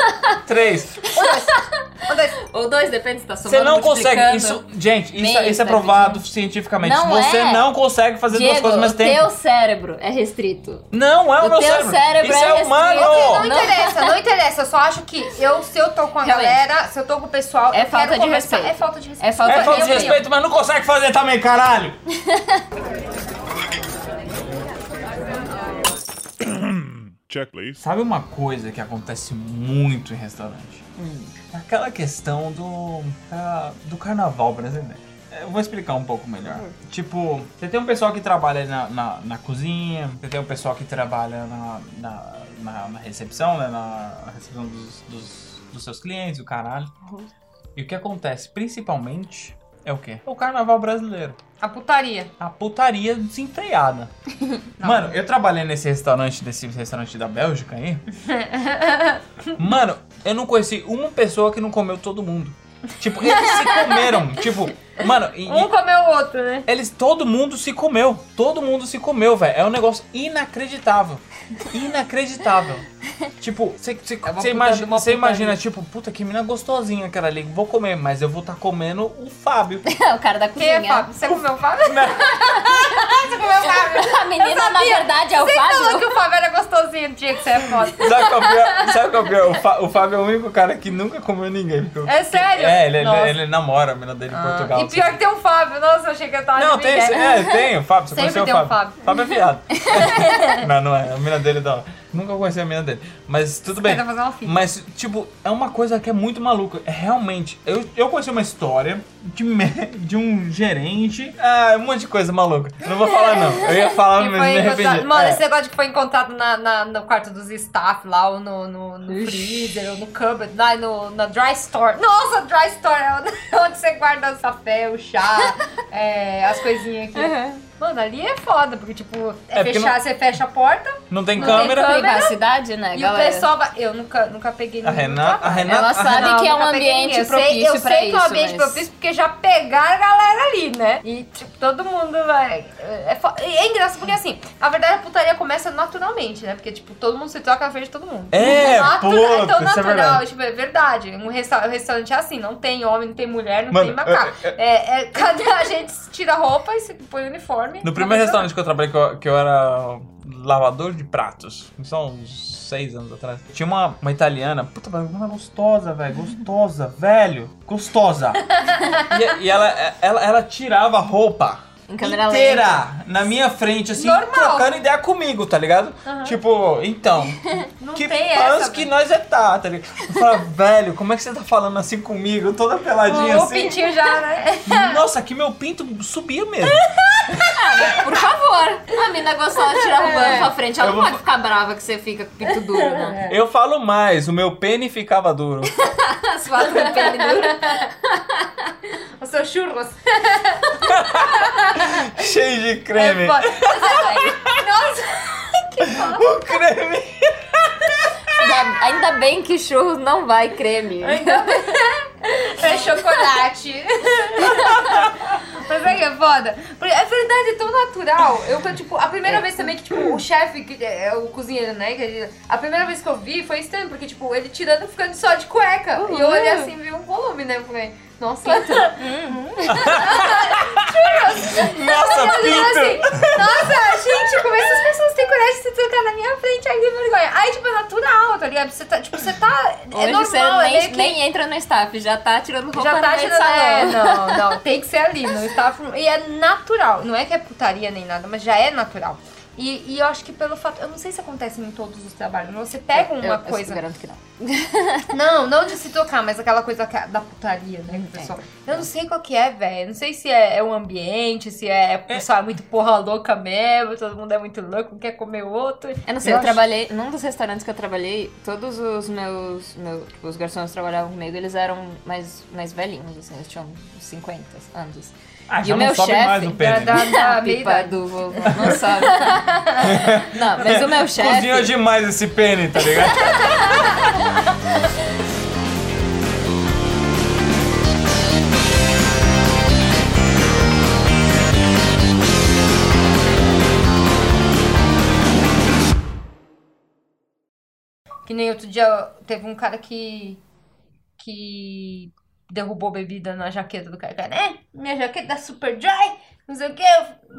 S2: 3.
S3: um, dois.
S4: Ou dois, depende se tá somando
S2: Você não consegue.
S4: multiplicando.
S2: Isso, gente, isso,
S4: Meio,
S2: isso é
S4: tá
S2: provado cientificamente.
S4: Não
S2: você
S4: é.
S2: não consegue fazer duas
S4: Diego,
S2: coisas ao
S4: o
S2: mesmo tempo.
S4: teu cérebro é restrito.
S2: Não é o,
S4: O
S2: meu
S4: teu
S2: cérebro.
S4: cérebro
S2: Isso
S4: é
S2: é,
S4: restrito.
S2: humano.
S4: Ok,
S3: Não interessa, não interessa. Eu só acho que eu, se eu tô com a
S4: Realmente.
S3: galera, se eu tô com o pessoal,
S4: É
S3: eu
S4: falta
S3: quero
S4: de
S3: conversar.
S4: respeito.
S3: É falta de respeito.
S4: É falta
S2: É
S4: Minha
S2: falta de
S4: opinião.
S2: respeito, mas não consegue fazer também, caralho.
S1: Check, please.
S2: Sabe uma coisa que acontece muito em restaurante? Aquela questão do, ah, do carnaval brasileiro. Eu vou explicar um pouco melhor. Tipo, você tem um pessoal que trabalha na, na, na cozinha, você tem um pessoal que trabalha na, na, na- na recepção, né? Na recepção dos, dos, dos seus clientes, o caralho. E o que acontece principalmente é o quê? É O carnaval brasileiro
S3: A putaria.
S2: a putaria desenfreada. Mano, eu trabalhei nesse restaurante, desse restaurante da Bélgica aí. Mano, eu não conheci uma pessoa que não comeu todo mundo. Tipo, eles se comeram. Tipo, mano, e-
S3: Um
S2: e
S3: comeu o outro, né?
S2: eles, todo mundo se comeu. Todo mundo se comeu, velho. É um negócio inacreditável. Inacreditável. tipo, você
S4: É uma puta de
S2: imagina,
S4: uma
S2: cê imagina,
S4: putaria.
S2: tipo, puta que mina gostosinha, cara ali. Vou comer, mas eu vou estar comendo o Fábio.
S4: o cara da
S3: Quem
S4: cozinha.
S3: é Fábio? Você comeu o Fábio? Você comeu o Fábio?
S4: A menina, na verdade, é o
S3: Você falou
S4: Fábio.
S3: que o Fábio era gostosinho no dia que você é foda.
S2: Sabe qual é o pior? Sabe qual é o pior? O, Fá- o Fábio é o único cara que nunca comeu ninguém. porque o-
S3: É sério?
S2: É, ele,
S3: Nossa.
S2: ele, ele namora a mina dele em
S3: Ah,
S2: Portugal. assim.
S3: E pior que tem um Fábio. Nossa, eu achei que eu tava
S2: Não,
S3: de
S2: tem,
S3: migué.
S2: é, tem o Fábio. Você
S3: Sempre
S2: conheceu o
S3: tem um
S2: Fábio. Fábio é fiado. não, não é. A mina dele é da hora. Nunca conheci a mina dele. Mas tudo bem.
S3: Tenta fazer uma fita.
S2: Mas, tipo, é uma coisa que é muito maluca. É realmente. Eu, eu conheci uma história de, me- de um gerente. Ah, um monte de coisa maluca. Não vou falar, não. Eu ia falar,
S3: Que
S2: Ah, mas
S3: foi
S2: me arrependi.
S3: encontrado- Mano,
S2: É.
S3: esse negócio de que foi encontrado na, na- no quarto dos staff lá, ou no, no, no freezer, ou no cupboard, lá no, na dry store. Nossa, dry store é onde- onde você guarda o café, o chá, é, as coisinhas aqui. Mano, ali é foda, porque tipo, é
S2: É, porque
S3: fechar, você fecha a porta
S2: Não tem
S3: Não tem
S2: câmera.
S3: câmera.
S4: Privacidade, né,
S3: e
S4: galera?
S3: o pessoal. vai- Eu nunca, nunca peguei
S2: A
S3: ninguém.
S2: Renata. A Renata
S4: Ela
S2: a
S4: sabe
S2: Renata-
S4: que é um
S3: nunca peguei
S4: ambiente
S3: ninguém. eu sei,
S4: propício
S3: eu sei
S4: pra
S3: que é um
S4: isso,
S3: ambiente
S4: mas-
S3: propício porque já pegaram a galera ali, né? E tipo, todo mundo vai. É, fo- e é engraçado porque assim, a verdade a putaria começa naturalmente, né? Porque, tipo, todo mundo se toca na frente de todo mundo.
S2: É,
S3: natural, é tão
S2: puta, isso é
S3: natural,
S2: verdade.
S3: tipo, é verdade. Um resta- um restaurante é assim, não tem homem, não tem mulher, não
S2: Mano,
S3: tem macaco. É, é- cada a gente tira a roupa e se põe o uniforme.
S2: No primeiro restaurante que eu trabalhei, que eu, que eu era lavador de pratos, isso há uns seis anos atrás, tinha uma, uma italiana, puta, mas uma gostosa, velho, gostosa, velho, gostosa. e e ela, ela, ela tirava a roupa
S4: Em câmera
S2: inteira na minha frente, assim,
S3: Normal.
S2: trocando ideia comigo, tá ligado? Tipo, então,
S3: Não
S2: que
S3: tem essa,
S2: pans que nós é tá, tá ligado? Eu falava, velho, como é que você tá falando assim comigo, toda peladinha
S3: O, o
S2: assim?
S3: pintinho já, né?
S2: Nossa, aqui meu pinto subia mesmo.
S4: Por favor. A mina gostosa de
S3: É.
S4: tirar o banho pra frente. Ela
S2: Eu
S4: não
S2: vou-
S4: pode ficar brava que você fica com o pinto duro, né?
S2: Eu falo mais, o meu pene ficava duro.
S3: As fotos do pele dura. O seu churros.
S2: Cheio de creme.
S3: É foda.
S4: é,
S3: Nossa,
S2: o creme.
S4: Ainda- Ainda bem que churros não vai creme.
S3: é chocolate. Mas é que é foda. Porque é verdade, é tão natural. Eu, tipo, a primeira vez também que, tipo, o chefe, que é o cozinheiro, né? que ele- a primeira vez que eu vi foi estranho, porque, tipo, ele tirando e ficando só de cueca. E eu olhei assim, vi um volume, né? Eu falei, nossa,
S2: Nossa,
S3: Eu
S2: pinto.
S3: é assim, nossa, gente, como essas pessoas têm coragem de se tocar na minha frente ainda Gabi, você tá. Tipo, você tá.
S4: Hoje
S3: é normal,
S4: você
S3: é
S4: nem,
S3: meio que-
S4: nem entra no staff, já tá tirando roupa né?
S3: Já
S4: no
S3: tá
S4: meio do
S3: tirando. É,
S4: salão.
S3: não, não. Tem que ser ali, no staff room. E é natural. Não é que é putaria nem nada, mas já é natural. E, e eu acho que pelo fato. Eu não sei se acontece em todos os trabalhos, mas você pega
S4: Eu-
S3: uma
S4: É, eu
S3: coisa.
S4: garanto que não.
S3: Não, não de se tocar, mas aquela coisa que- da putaria, né,
S4: Uhum.
S3: que o pessoal? Eu não sei qual que é, velho. Não sei se é, é o ambiente, se é o pessoal é muito porra louca mesmo, todo mundo é muito louco, um quer comer o outro.
S4: Eu não sei, eu,
S3: acho-
S4: trabalhei, num dos restaurantes que eu trabalhei, todos os meus, meu, tipo, os garçons que trabalhavam comigo, eles eram mais, mais velhinhos, assim, eles tinham uns 50 anos.
S6: Ah,
S4: E
S6: já
S4: o
S6: não
S4: meu
S6: sobe
S4: chefe-
S6: mais o
S3: Da,
S6: pé. né?
S3: da, da
S4: A
S3: meia
S4: pipa
S3: idade.
S4: do vovô não sobe. não, mas o meu
S6: Cozinhou
S4: chefe...
S6: demais esse pene, tá ligado?
S3: Que nem outro dia teve um cara que. que derrubou bebida na jaqueta do cara. Cara, É, minha jaqueta é
S2: é
S3: super dry, não sei o que.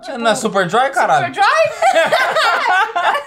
S3: Tipo,
S6: Na Super Dry, caralho.
S3: Super dry?